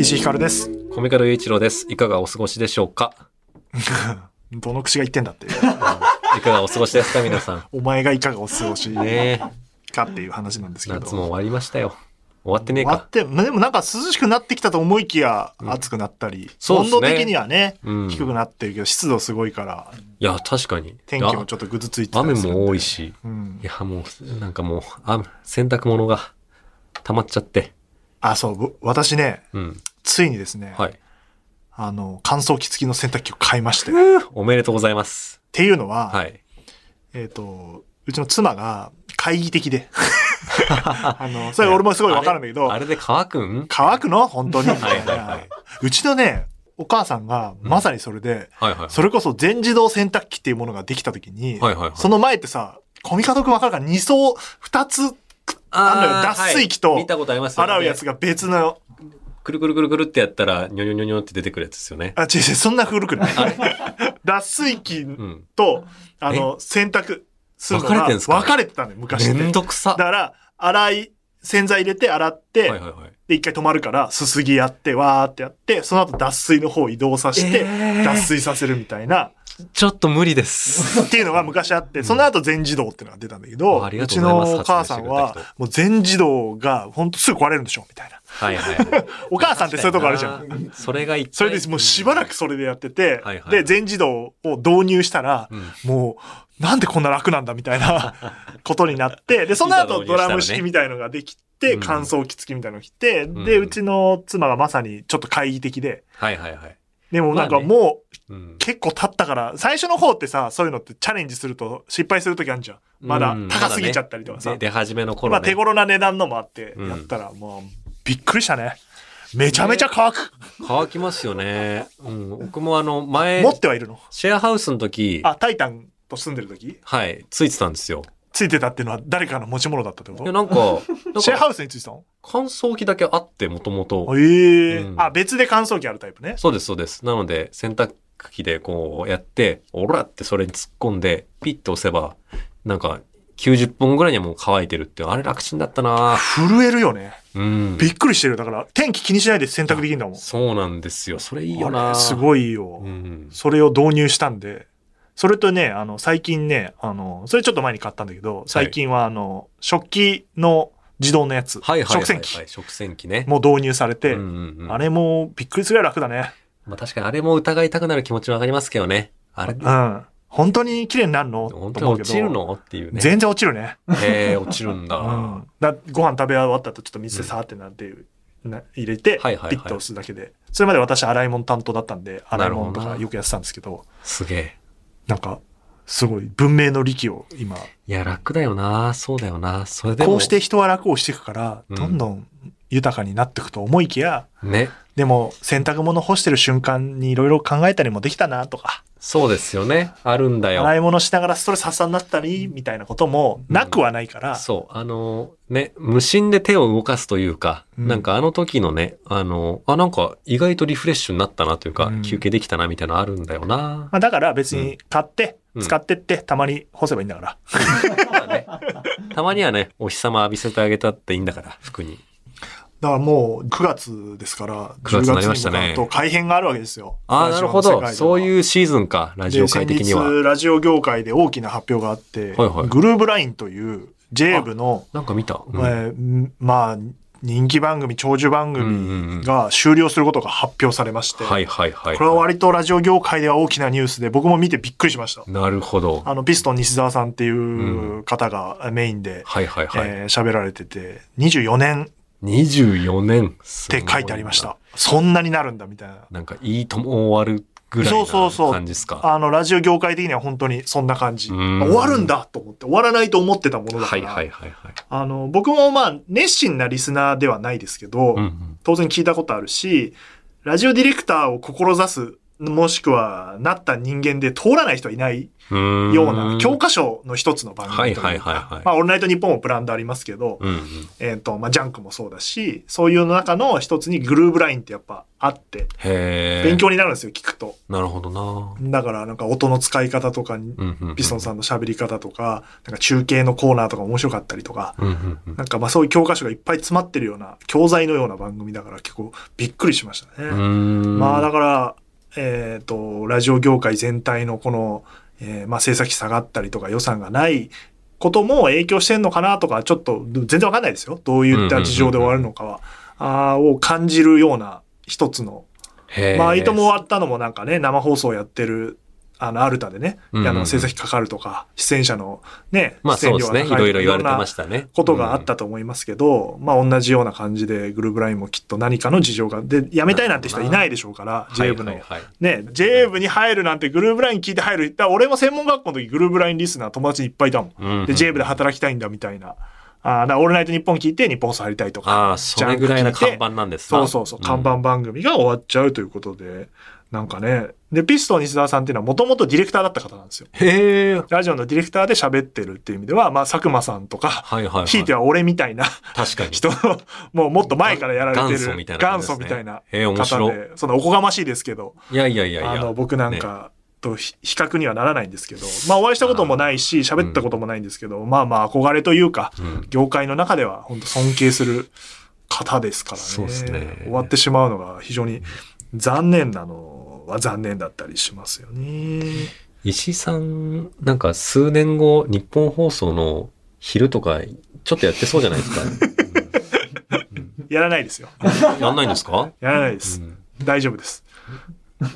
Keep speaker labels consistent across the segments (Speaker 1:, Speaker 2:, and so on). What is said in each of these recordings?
Speaker 1: 石井ひかるです。
Speaker 2: コミカル雄一郎です。いかがお過ごしでしょうか
Speaker 1: どの口が言ってんだ っていう。
Speaker 2: いかがお過ごしですか皆 さ
Speaker 1: お前がいかがお過ごし
Speaker 2: ん。ね
Speaker 1: かっていう話なんです
Speaker 2: え、
Speaker 1: けど。
Speaker 2: 夏も終わりましたよ。終わってねえ
Speaker 1: 終わっ
Speaker 2: か。
Speaker 1: て、まあでもなんか涼しくなってきたと思いきや暑くなったり、
Speaker 2: そうですね
Speaker 1: 温度的にはね、
Speaker 2: うん
Speaker 1: 低くなってるけど湿度すごいから
Speaker 2: いや、確かに。
Speaker 1: 天気もちょっとぐずついてた
Speaker 2: あ雨
Speaker 1: りするんで
Speaker 2: も多い。し。
Speaker 1: うん
Speaker 2: い、や、もう、なんかもう、あ洗濯物が溜まっちゃって。
Speaker 1: あ、そう、ぼ私ね、
Speaker 2: うん。
Speaker 1: ついにですね、
Speaker 2: はい。
Speaker 1: あの、乾燥機付きの洗濯機を買いまして。っ
Speaker 2: おめでとうございます。
Speaker 1: ていうのは、
Speaker 2: はい。
Speaker 1: えっ、と、うちの妻が懐疑的 で。あの、それ俺もすごいわかるんだけど
Speaker 2: あ、れあれで乾くん
Speaker 1: 乾くの本当にみたい
Speaker 2: はいはいは。
Speaker 1: ないうちのね、お母さんがまさにそれで、
Speaker 2: はいはい。
Speaker 1: それこそ全自動洗濯機っていうものができた時に、
Speaker 2: はいはいはい
Speaker 1: その前ってさ、コミカドくんわかるから2層、2つあんのよ
Speaker 2: ー
Speaker 1: 脱水機と
Speaker 2: はい見たことありますよ
Speaker 1: 洗うやつが別の、
Speaker 2: くるくるくるくるってやったら、にょにょにょにょって出てくるやつですよね。
Speaker 1: あ、違う違う、そんな古くない。脱水機
Speaker 2: うん。
Speaker 1: と、あの、洗濯するの
Speaker 2: 分
Speaker 1: が
Speaker 2: かれてんすか
Speaker 1: 分かれてたのよ、昔
Speaker 2: め
Speaker 1: って。
Speaker 2: んどくさ。
Speaker 1: だから、洗い、洗剤入れて洗って、
Speaker 2: はいはいはい。
Speaker 1: で、一回止まるから、すすぎやって、わーってやって、その後脱水の方移動させて、
Speaker 2: えー
Speaker 1: 脱水させるみたいな、
Speaker 2: ちょっと無理です。
Speaker 1: っていうのが昔あって、その後全自動っていうのが出たんだけど、
Speaker 2: あありがと
Speaker 1: ち
Speaker 2: うございます
Speaker 1: のお母さんは
Speaker 2: 発明してくれた、
Speaker 1: もう全自動が、ほんとすぐ壊れるんでしょ、みたい な。
Speaker 2: はいはい。
Speaker 1: お母さんってそういうとこあるじゃん。
Speaker 2: ん。それが一回
Speaker 1: それでもうしばらくそれでやってて、
Speaker 2: はいはい
Speaker 1: で、全自動を導入したら、
Speaker 2: うん
Speaker 1: もう、なんでこんな楽なんだみたい なことになって、で、その後
Speaker 2: ピ
Speaker 1: ド
Speaker 2: ザ導入したらね
Speaker 1: ラム式みたいのができて、
Speaker 2: うん
Speaker 1: 乾燥機付きみたいのが来て、
Speaker 2: ん
Speaker 1: で、うちの妻がまさにちょっと懐疑的で、
Speaker 2: はいはいはい。
Speaker 1: でもなん
Speaker 2: ま
Speaker 1: か
Speaker 2: あね
Speaker 1: もう
Speaker 2: うん。
Speaker 1: 結構経ったから、最初の方ってさ、そういうのってチャレンジすると失敗するときあるじゃん。まだ
Speaker 2: うん
Speaker 1: 高すぎちゃったりとかさ。
Speaker 2: まだねで出始めの頃
Speaker 1: まあ
Speaker 2: ね
Speaker 1: 手。頃な値段のもあって、
Speaker 2: うん
Speaker 1: やったらもうびっくりしたね。めちゃめちゃ乾く。
Speaker 2: 乾きますよね。うん。僕もあの、前
Speaker 1: 持、ってはいるの。
Speaker 2: シェアハウスの時、
Speaker 1: あ、タイタンと住んでるとき
Speaker 2: はい、ついてたんですよ。
Speaker 1: ついてたっていうのは誰かの持ち物だったってこ
Speaker 2: い
Speaker 1: と
Speaker 2: や、なんか、なん
Speaker 1: シェア
Speaker 2: か
Speaker 1: ハウスについてたの
Speaker 2: 乾燥機だけあって、もともと。
Speaker 1: ええ
Speaker 2: うん
Speaker 1: あ、別で乾燥機あるタイプね。
Speaker 2: そうです、そうです。なので、洗濯機でこうやって、オラってそれに突っ込んで、ピッと押せば、なんか、90分ぐらいにはもう乾いてるって、あれ楽ちんだったな
Speaker 1: 震えるよね。
Speaker 2: うん。
Speaker 1: びっくりしてるよ。だから、天気気にしないで洗濯できるんだもん。
Speaker 2: そうなんですよ。それいいよ
Speaker 1: あ
Speaker 2: な
Speaker 1: れす
Speaker 2: い。
Speaker 1: ごいよ、
Speaker 2: うん。
Speaker 1: それを導入したんで。それとね、あの、最近ね、あの、それちょっと前に買ったんだけど、最近はあの、食器の自動のやつ、
Speaker 2: はいはいはい、はい。
Speaker 1: 食洗機
Speaker 2: 食洗機ね。
Speaker 1: も導入されて、
Speaker 2: うんうんうん
Speaker 1: あれもびっくりするぐらい楽だね。
Speaker 2: まあ確かにあれも疑いたくなる気持ちはわかりますけどね。あれ、
Speaker 1: うん。本当に綺麗になるの
Speaker 2: 本
Speaker 1: と
Speaker 2: 当に
Speaker 1: 思うけ
Speaker 2: 落
Speaker 1: ど
Speaker 2: ちるのっていうね。
Speaker 1: 全然落ちるね。
Speaker 2: へえ、落ちるんだ。
Speaker 1: うん、だご飯食べ終わった後ちょっと水でさーってなんていう、な入れて、
Speaker 2: はいはいはい
Speaker 1: ピッと押すだけでそれまで私洗い物担当だったんで洗
Speaker 2: ないるほ
Speaker 1: 物
Speaker 2: ど
Speaker 1: と
Speaker 2: な
Speaker 1: かよくやってたんですけど
Speaker 2: すげえ。
Speaker 1: なんかすごい文明の利器を今
Speaker 2: いや、楽だよなそうだよなそれでも。
Speaker 1: こうして人は楽をしていくから
Speaker 2: うん
Speaker 1: どんどん豊かになっていくと思いきや、
Speaker 2: ね。
Speaker 1: でも洗濯物干してる瞬間にいろいろ考えたりもできたなとか
Speaker 2: そうですよね。あるんだよ。
Speaker 1: 洗い物しながらストレス発散になったりみたいなこともなくはないから、
Speaker 2: そう、あのね、無心で手を動かすというか、
Speaker 1: うん
Speaker 2: なんかあの時のね、あのあ、なんか意外とリフレッシュになったなというか、
Speaker 1: うん
Speaker 2: 休憩できたなみたいなのあるんだよな
Speaker 1: まあ、だから別に買って、
Speaker 2: うん
Speaker 1: 使ってってたまに干せばいいんだから、
Speaker 2: たまにはね、お日様浴びせてあげたっていいんだから、服に。
Speaker 1: だからもう9月ですから、
Speaker 2: 9月になりましたね
Speaker 1: 10月に向かうと改変があるわけですよ。
Speaker 2: ああ、なるほど。そう
Speaker 1: う
Speaker 2: いうシーズンか、ラジオ界的には。
Speaker 1: 先日、ラジオ業界で大きな発表があって、
Speaker 2: はいはい
Speaker 1: グルーブラインという j 部の、
Speaker 2: なんか見た。う
Speaker 1: え
Speaker 2: ん
Speaker 1: ーまあ、人気番組、長寿番
Speaker 2: うんうんうん
Speaker 1: 組が終了することが発表されまして、
Speaker 2: はいはいはい。
Speaker 1: これは割とラジオ業界では大きなニュースで、僕も見てびっくりしました。
Speaker 2: なるほど。
Speaker 1: あの、ピストン西澤さんっていう
Speaker 2: う
Speaker 1: 方がメインで、
Speaker 2: はいはいはい。
Speaker 1: えー喋られてて、24年
Speaker 2: 24年。っ
Speaker 1: って書いてありまし。た。そんなになるんだみたいな。
Speaker 2: なんか、いいとも終わるぐらい
Speaker 1: そうそうそう
Speaker 2: な感じですか。
Speaker 1: あの、ラジオ業界的には本当にそんな感じ。
Speaker 2: うん
Speaker 1: 終わるんだと思って、終わらないと思ってたものだか
Speaker 2: はい
Speaker 1: ら。
Speaker 2: はいはいはい。
Speaker 1: あの、僕もまあ、熱心なリスナーではないですけど、
Speaker 2: うんうん。
Speaker 1: 当然聞いたことあるし、ラジオディレクターを志すもしくはなった人間で通らない人はいない
Speaker 2: うん。
Speaker 1: ような教科書の一つの番組というか、
Speaker 2: はいはいはいはい
Speaker 1: まあ、オールナイトニッポンもブランドありますけど、
Speaker 2: うんうん。
Speaker 1: えっ、と、まあ、ジャンクもそうだし、そういうの中の一つにグルーブラインってやっぱあって、
Speaker 2: へえ。
Speaker 1: 勉。強になるんですよ、聞くと。
Speaker 2: なるほどな。
Speaker 1: だから、なんか音の使い方とかに、
Speaker 2: うんうんうん。
Speaker 1: ピストンさんの喋り方とか、なんか中継のコーナーとか面白かったりとか、
Speaker 2: うんうんうん。
Speaker 1: なんかまあそういう教科書がいっぱい詰まってるような、教材のような番組だから結構びっくりしましたね。
Speaker 2: うーん
Speaker 1: まあだから、えっ、と、ラジオ業界全体のこの、えーまあ制作費下がったりとか予算がないことも影響してんのかなとか、ちょっと全然わかんないですよ。どういった事情で終わるのかは、あーを感じるような一つの。
Speaker 2: へー
Speaker 1: まあ、いとも終わったのもなんかね、生放送やってる、あの、アルタでね、
Speaker 2: うんうん
Speaker 1: あの、制作費かかるとか、出演者のね、
Speaker 2: まあ
Speaker 1: 出
Speaker 2: そ
Speaker 1: 演
Speaker 2: うですね。い
Speaker 1: とか
Speaker 2: ろいろ言われて
Speaker 1: んな
Speaker 2: ましたね。
Speaker 1: ことがあっ
Speaker 2: う
Speaker 1: たと思いますけど、まあ同じような感じでグルーブラインもきっと何かの事情が、で、辞めたいなんて人はいないでしょうから、
Speaker 2: ん。
Speaker 1: JA 部の。
Speaker 2: はいはいはい
Speaker 1: ね、JA 部に入るなんてグルーブライン聞いて入る。だから俺も専門学校の時グルーブラインリスナー友達いっぱいいたもん。
Speaker 2: うんうん
Speaker 1: で、JA 部で働きたいんだみたいな。ああ、だからオールナイトニッポン聞いて日本放送入りたいとか。
Speaker 2: ああ、それぐらいの看板なんですな
Speaker 1: そうそうそう、看。板番組が終わっちゃうということで、なんかね。で、ピストン西澤さんっていうのはもともとディレクターだった方なんですよ。
Speaker 2: んへえ。はい
Speaker 1: ラジオのディレクターで喋ってるっていう意味では、まあ佐久間さんとか、
Speaker 2: はいはい。
Speaker 1: ひいては俺みたいな
Speaker 2: 確かに。
Speaker 1: 人の、もうもっと前からやられてる。
Speaker 2: 元祖みたいな感じですね
Speaker 1: 元祖みたいな
Speaker 2: へえ、面
Speaker 1: 方
Speaker 2: 白い。
Speaker 1: で、そのおこがましいですけど、
Speaker 2: いやいやいやい
Speaker 1: あの、
Speaker 2: や。
Speaker 1: 僕なんかとひ比較にはならないんですけど、まあお会いしたこともないし、喋ったこともないんですけど、まあまあ憧れというか、
Speaker 2: うん
Speaker 1: 業界の中では本当尊敬する方ですからね。
Speaker 2: そうですね
Speaker 1: 終わってしまうのが非常に残念なのは残念だったりしますよ ね。
Speaker 2: 石井さん、なんか数年後、日本放送の昼とか、ちょっとやってそうじゃないですか。
Speaker 1: やらないですよ。
Speaker 2: やんないんですか
Speaker 1: やらないです。
Speaker 2: うん
Speaker 1: 大丈夫です。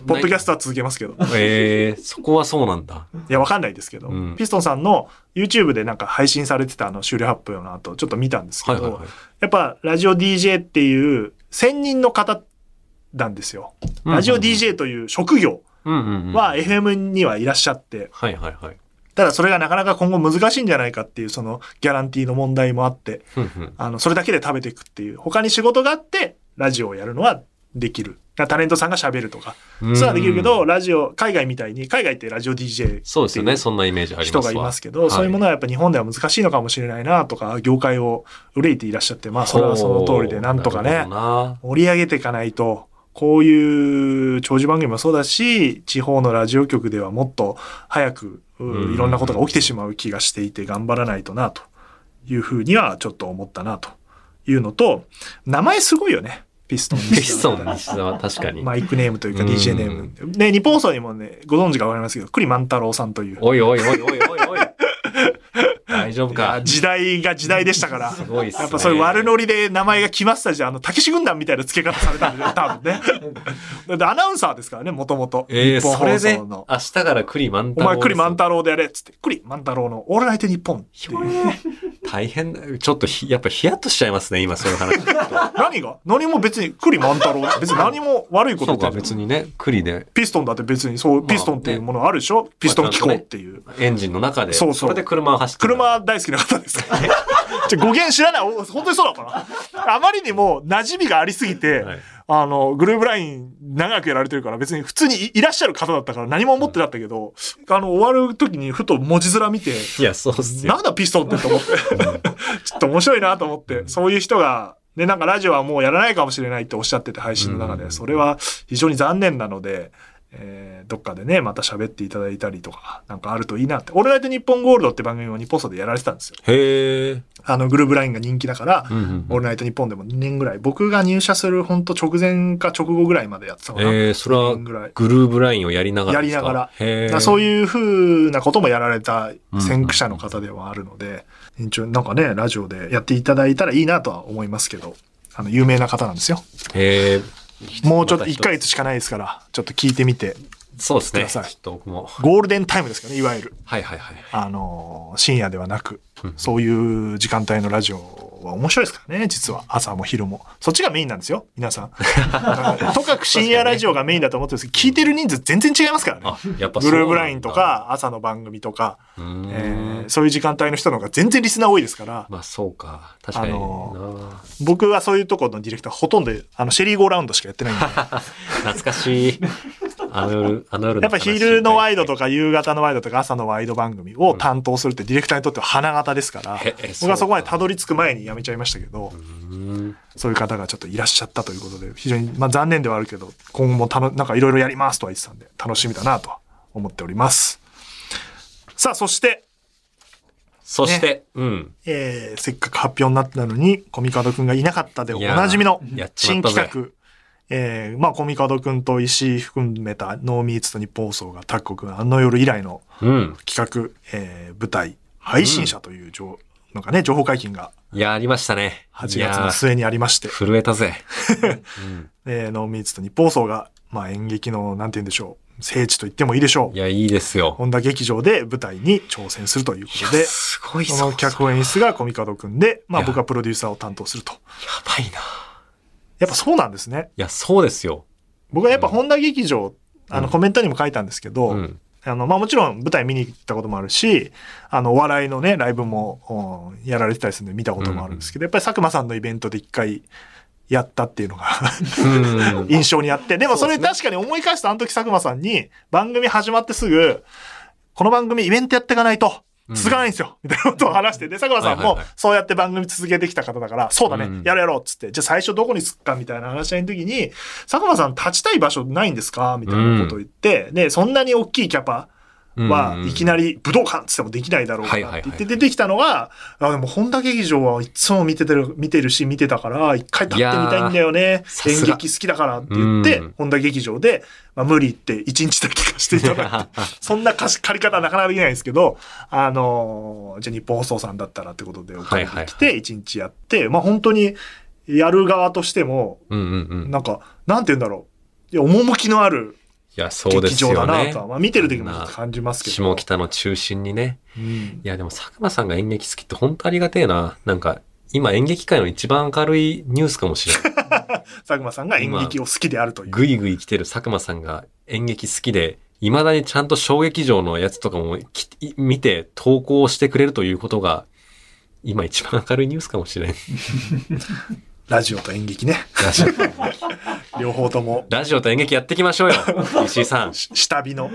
Speaker 1: ポッドキャストは続けますけど。
Speaker 2: ええ、そこはそうなんだ。
Speaker 1: いや、わかんないですけど、
Speaker 2: うん
Speaker 1: ピストンさんの YouTube でなんか配信されてたあの終了発表の後、ちょっと見たんですけ
Speaker 2: は
Speaker 1: ど、
Speaker 2: いはいはい。
Speaker 1: やっぱラジオ DJ っていう専任の方なんですよ。ラジオ DJ という職業
Speaker 2: うんうんうん
Speaker 1: は FM にはいらっしゃって、
Speaker 2: はいはいはい。
Speaker 1: ただそれがなかなか今後難しいんじゃないかっていうそのギャランティーの問題もあって、
Speaker 2: ふんふん
Speaker 1: あの、それだけで食べていくっていう、他に仕事があってラジオをやるのはできる。だからタレントさんが喋るとか。そういうのはできるけど、ラジオ、海外みたいに、海外ってラジオ DJ
Speaker 2: そうですよね。そんなイメージあります
Speaker 1: 人
Speaker 2: わ
Speaker 1: がいますけ
Speaker 2: は
Speaker 1: ど、
Speaker 2: い
Speaker 1: そういうものはやっぱ日本では難しいのかもしれないなとか、業界を憂いていらっしゃって、まあそれはその通りで、なんとか
Speaker 2: なる
Speaker 1: ね
Speaker 2: ほ、どな
Speaker 1: 盛り上げていかないと、こういう長寿番組もそうだし、地方のラジオ局ではもっと早く、
Speaker 2: う
Speaker 1: うんいろんなことが起きてしまう気がしていて頑張らないとな、というふうにはちょっと思ったな、というのと、名前すごいよね、ピストン
Speaker 2: ピストン
Speaker 1: 西
Speaker 2: 西澤、確かに。
Speaker 1: マイクネームというか
Speaker 2: うん
Speaker 1: DJ ネーム。で、日本放送にもね、ご存知かわかりますけど、栗万太郎さんという。
Speaker 2: おいおいおいおいおいおい。大丈夫
Speaker 1: いや
Speaker 2: か。
Speaker 1: 時代が時代でしたから。
Speaker 2: すごいっすね。
Speaker 1: やっぱそういう悪ノリで名前が来ましたじゃん。あの、たけし軍団みたいな付け方されたんで、多分ね。 だってアナウンサーですからね、もともと。
Speaker 2: ええ
Speaker 1: 日本
Speaker 2: そ
Speaker 1: 放
Speaker 2: れで、
Speaker 1: 送
Speaker 2: 明
Speaker 1: の。
Speaker 2: 日から栗万
Speaker 1: お
Speaker 2: 太郎
Speaker 1: 前、栗万
Speaker 2: 太
Speaker 1: 太郎でやれっつって、栗万太郎のオールナイトニッポンっていう。
Speaker 2: 大変だ。ちょっとひ、やっぱヒヤッとしちゃいますね、今そうい う話。
Speaker 1: 何が何も別に栗万 太郎、別に何も悪いこ
Speaker 2: そ
Speaker 1: と
Speaker 2: う
Speaker 1: って
Speaker 2: か、
Speaker 1: ない
Speaker 2: 別にね、栗で、
Speaker 1: ピストンだって別にそう、
Speaker 2: あ
Speaker 1: ピストンっていうものあるでしょピストン機構っていう。
Speaker 2: エンジンの中で、
Speaker 1: そうそう
Speaker 2: れで車を走ってる。
Speaker 1: 車大好きな方ですからね。 ちょ語源知らない。お本当にそうだから。あまりにも馴染みがありすぎて、
Speaker 2: はい
Speaker 1: あの、グルーブライン長くやられてるから別に普通にいいらっしゃる方だったから何も思ってなかったけど、あの、終わる時にふと文字面見て、
Speaker 2: いや、そうっすよ。
Speaker 1: なんだピストンってと思って、ちょっと面白いなと思って、そういう人が、ね、なんかラジオはもうやらないかもしれないっておっしゃってて配信の中
Speaker 2: う
Speaker 1: で、
Speaker 2: ん
Speaker 1: それは非常に残念なので、えーどっかでね、また喋っていただいたりとか、なんかあるといいなって。オールナイトニッポンゴールドって番組も日本放送でやられてたんですよ。
Speaker 2: へえ。
Speaker 1: あの、グルーブラインが人気だから、
Speaker 2: うんうん
Speaker 1: オールナイトニッポンでも2年ぐらい、僕が入社するほんと直前か直後ぐらいまでやってたかな。
Speaker 2: えー、それ
Speaker 1: 2
Speaker 2: は
Speaker 1: 年ぐらい。
Speaker 2: グルーブラインをやりながらですか
Speaker 1: やりながら
Speaker 2: へ
Speaker 1: だか
Speaker 2: え。
Speaker 1: らそう
Speaker 2: いう。
Speaker 1: いうふうなこともやられた先駆者の方ではあるので、一応なんかね、ラジオでやっていただいたらいいなとは思いますけど、あの、有名な方なんですよ。
Speaker 2: へえ。
Speaker 1: もうちょっと
Speaker 2: また一つ
Speaker 1: 1ヶ月しかないですから、ちょっと聞いてみて、
Speaker 2: そうですね。
Speaker 1: く
Speaker 2: ち
Speaker 1: だ
Speaker 2: ょ
Speaker 1: さい
Speaker 2: っと僕も。
Speaker 1: ゴールデンタイムですかね、いわゆる。
Speaker 2: はいはいはい。
Speaker 1: あのー、深夜ではなく
Speaker 2: うん、
Speaker 1: そういう時間帯のラジオは面白いですからね、実は。朝も昼も。そっちがメインなんですよ、皆 さん。とかく深夜ラジオがメインだと思ってるんですけど、聞いてる人数全然違いますからね
Speaker 2: あ。、やっぱそう
Speaker 1: ブ
Speaker 2: な
Speaker 1: ル
Speaker 2: んだ
Speaker 1: ーブラインと。か、朝の番組とか、
Speaker 2: うーん
Speaker 1: えーそういう時間帯の人の方が全然リスナー多いですから、
Speaker 2: まあそうか。確かに
Speaker 1: あ
Speaker 2: な。
Speaker 1: の僕 はそういうところのディレクターほとんど、あの、シェリーゴーラウンドしかやってないんで、
Speaker 2: 懐かしい。あの夜、あの夜
Speaker 1: やっぱ昼のワイドと
Speaker 2: か。
Speaker 1: か夕方のワイドとか朝のワイド番組を担当するってディレクターにとっては花形ですから
Speaker 2: へえ、
Speaker 1: 僕はそこまで
Speaker 2: そうか
Speaker 1: たどり着く前に辞めちゃいましたけど、
Speaker 2: うん
Speaker 1: そういう方がちょっといらっしゃったということで、非常に、まあ、残念ではあるけど、今後もたのなんかいろいろやりますとは言ってたんで、楽しみだなと思っております。さあ、そして、
Speaker 2: そして、うん。
Speaker 1: えー、せっかく発表になったのに、コミカドくんがいなかったでお
Speaker 2: いやー
Speaker 1: なじみの
Speaker 2: やっちま
Speaker 1: 新
Speaker 2: ったぜ
Speaker 1: 企画、えー、まあ、コミカドくんと石井含めたノーミーツと日本放送がタッコくんあの夜以来の
Speaker 2: うん。
Speaker 1: 企画、えー舞台、配信者という情、なんかね、情報解禁が
Speaker 2: いや、ありましたね。い
Speaker 1: 8月
Speaker 2: や
Speaker 1: の末にありまして、
Speaker 2: 震えた ぜ。うん
Speaker 1: えー、ノーミーツと日本放送が、まあ、演劇の、なんて言うんでしょう、聖地と言ってもいいでしょ。
Speaker 2: いうや、いいですよ。
Speaker 1: 本田劇場で舞台に挑戦するということ
Speaker 2: いや
Speaker 1: で、
Speaker 2: すごい
Speaker 1: そ
Speaker 2: ぞ
Speaker 1: の脚本演出がコミカドくんで、まあ
Speaker 2: いや
Speaker 1: 僕はプロデューサーを担当すると。
Speaker 2: やばいな。い
Speaker 1: やっぱそうなんですね。
Speaker 2: や、そうですよ。
Speaker 1: 僕はやっぱ本田劇場、あの
Speaker 2: うん
Speaker 1: コメントにも書いたんですけど、
Speaker 2: うん。
Speaker 1: あの、まあもちろん舞台見に行ったこともあるし、あの、お笑いのね、ライブも、うんやられてたりするんで見たこともあるんですけど、やっぱり佐久間さんのイベントで一回やったっていうのが
Speaker 2: うん
Speaker 1: 印象にあって、でもそれ
Speaker 2: そうで
Speaker 1: 確かに思い返すとあの時佐久間さんに番組始まってすぐ、この番組イベントやっていかないと、続かないんですよ、み たいなことを話して、で、佐久間さん
Speaker 2: はいは
Speaker 1: も
Speaker 2: いはい
Speaker 1: そうやって番組続けてきた方だから、そうだね
Speaker 2: うん、
Speaker 1: やろうやろうっつって、じゃあ最初どこにつくかみたいな話し合いの時に、佐久間さん立ちたい場所ないんですかみたいなことを言って、で、そんなに大きいキャパ
Speaker 2: うん
Speaker 1: は
Speaker 2: うん
Speaker 1: いきなり武道館っつってもできないだろうか
Speaker 2: はいは
Speaker 1: らっ
Speaker 2: い
Speaker 1: て
Speaker 2: はい
Speaker 1: 言って出てきたのが、あ、でも本田劇場はいつも見ててる、見てるし見てたから、一回立ってみたいんだよね
Speaker 2: さ。
Speaker 1: 演
Speaker 2: すが
Speaker 1: 劇好きだからって言って
Speaker 2: うん、
Speaker 1: 本田劇場で、まあ無理言って一日だけ貸していただいて、 そんな貸し借り方はなかなかできないんですけど、あのーじゃあ日本放送さんだったらってことでお金
Speaker 2: はいはい
Speaker 1: てき
Speaker 2: はい
Speaker 1: て、一日やって、まあ本当にやる側としても、
Speaker 2: うんうんうん。い
Speaker 1: なんか、なんて言うんだろう。いや、趣のある
Speaker 2: や、そうで
Speaker 1: 劇
Speaker 2: す
Speaker 1: 場だ
Speaker 2: よ
Speaker 1: な
Speaker 2: ね
Speaker 1: とは、。まあ見てる時もちょっと感じますけど。
Speaker 2: 下北の中心にね。
Speaker 1: うん
Speaker 2: いや、でも佐久間さんが演劇好きって本当ありがてえな。なんか、今演劇界の一番明るいニュースかもし れない。
Speaker 1: 佐久間さんが演劇を好きであるという。
Speaker 2: ぐいぐい来てる佐久間さんが演劇好きで、未だにちゃんと小劇場のやつとかもきい見て投稿してくれるということが、今一番明るいニュースかもしれ ん。
Speaker 1: ラジオと演劇ね。
Speaker 2: ラジオ
Speaker 1: 両方とも、
Speaker 2: ラジオと演劇やっていきましょう よ。石井さん。
Speaker 1: し下火 の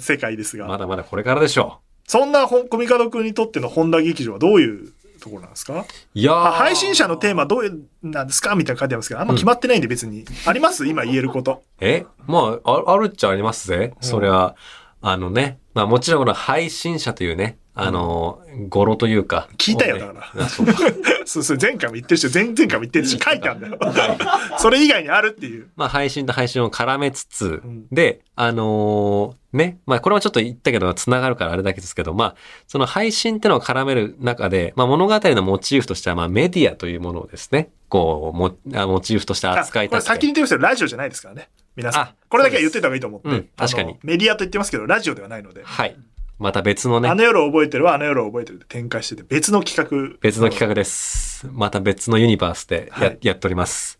Speaker 1: 世界ですが。
Speaker 2: まだまだこれからでしょ
Speaker 1: そんなほんコミカド君にとっての本田劇場はどういうところなんですか
Speaker 2: う。いやー
Speaker 1: あ配信者のテーマどういう、なんですかみたいなの書いてありますけど、あんま決まってないんで別に。あり ます今言えること。
Speaker 2: えまあ、ああるっちゃありますぜ。
Speaker 1: うん
Speaker 2: そりゃ、あのね。まあもちろんこの配信者というね、あの、語呂というか。
Speaker 1: 聞いたよ、
Speaker 2: をね
Speaker 1: だから。 そうそう、前回も言ってるし、前々回も言ってるし、書いたんだよ。それ以外にあるっていう。
Speaker 2: まあ配信と配信を絡めつつ、
Speaker 1: うん
Speaker 2: で、あのーね、まあこれはちょっと言ったけど、繋がるからあれだけですけど、まあ、その配信ってのを絡める中で、まあ物語のモチーフとしては、まあメディアというものをですね、こう、もあモチーフとして
Speaker 1: あ
Speaker 2: 扱い
Speaker 1: こ
Speaker 2: た
Speaker 1: れ
Speaker 2: くて
Speaker 1: 先に言ってましたけどラジオじゃないですからね。皆さん
Speaker 2: あ。
Speaker 1: これだけは言ってた方がいいと思って。
Speaker 2: そうですうん確かに
Speaker 1: あのメディアと言ってますけど、ラジオではないので。
Speaker 2: はい。また別のね
Speaker 1: あ、の夜を覚えてるはあの夜を覚えてるで展開してて、別の企画。
Speaker 2: 別の企画です。また別のユニバースで
Speaker 1: は
Speaker 2: や,、
Speaker 1: い
Speaker 2: やっております。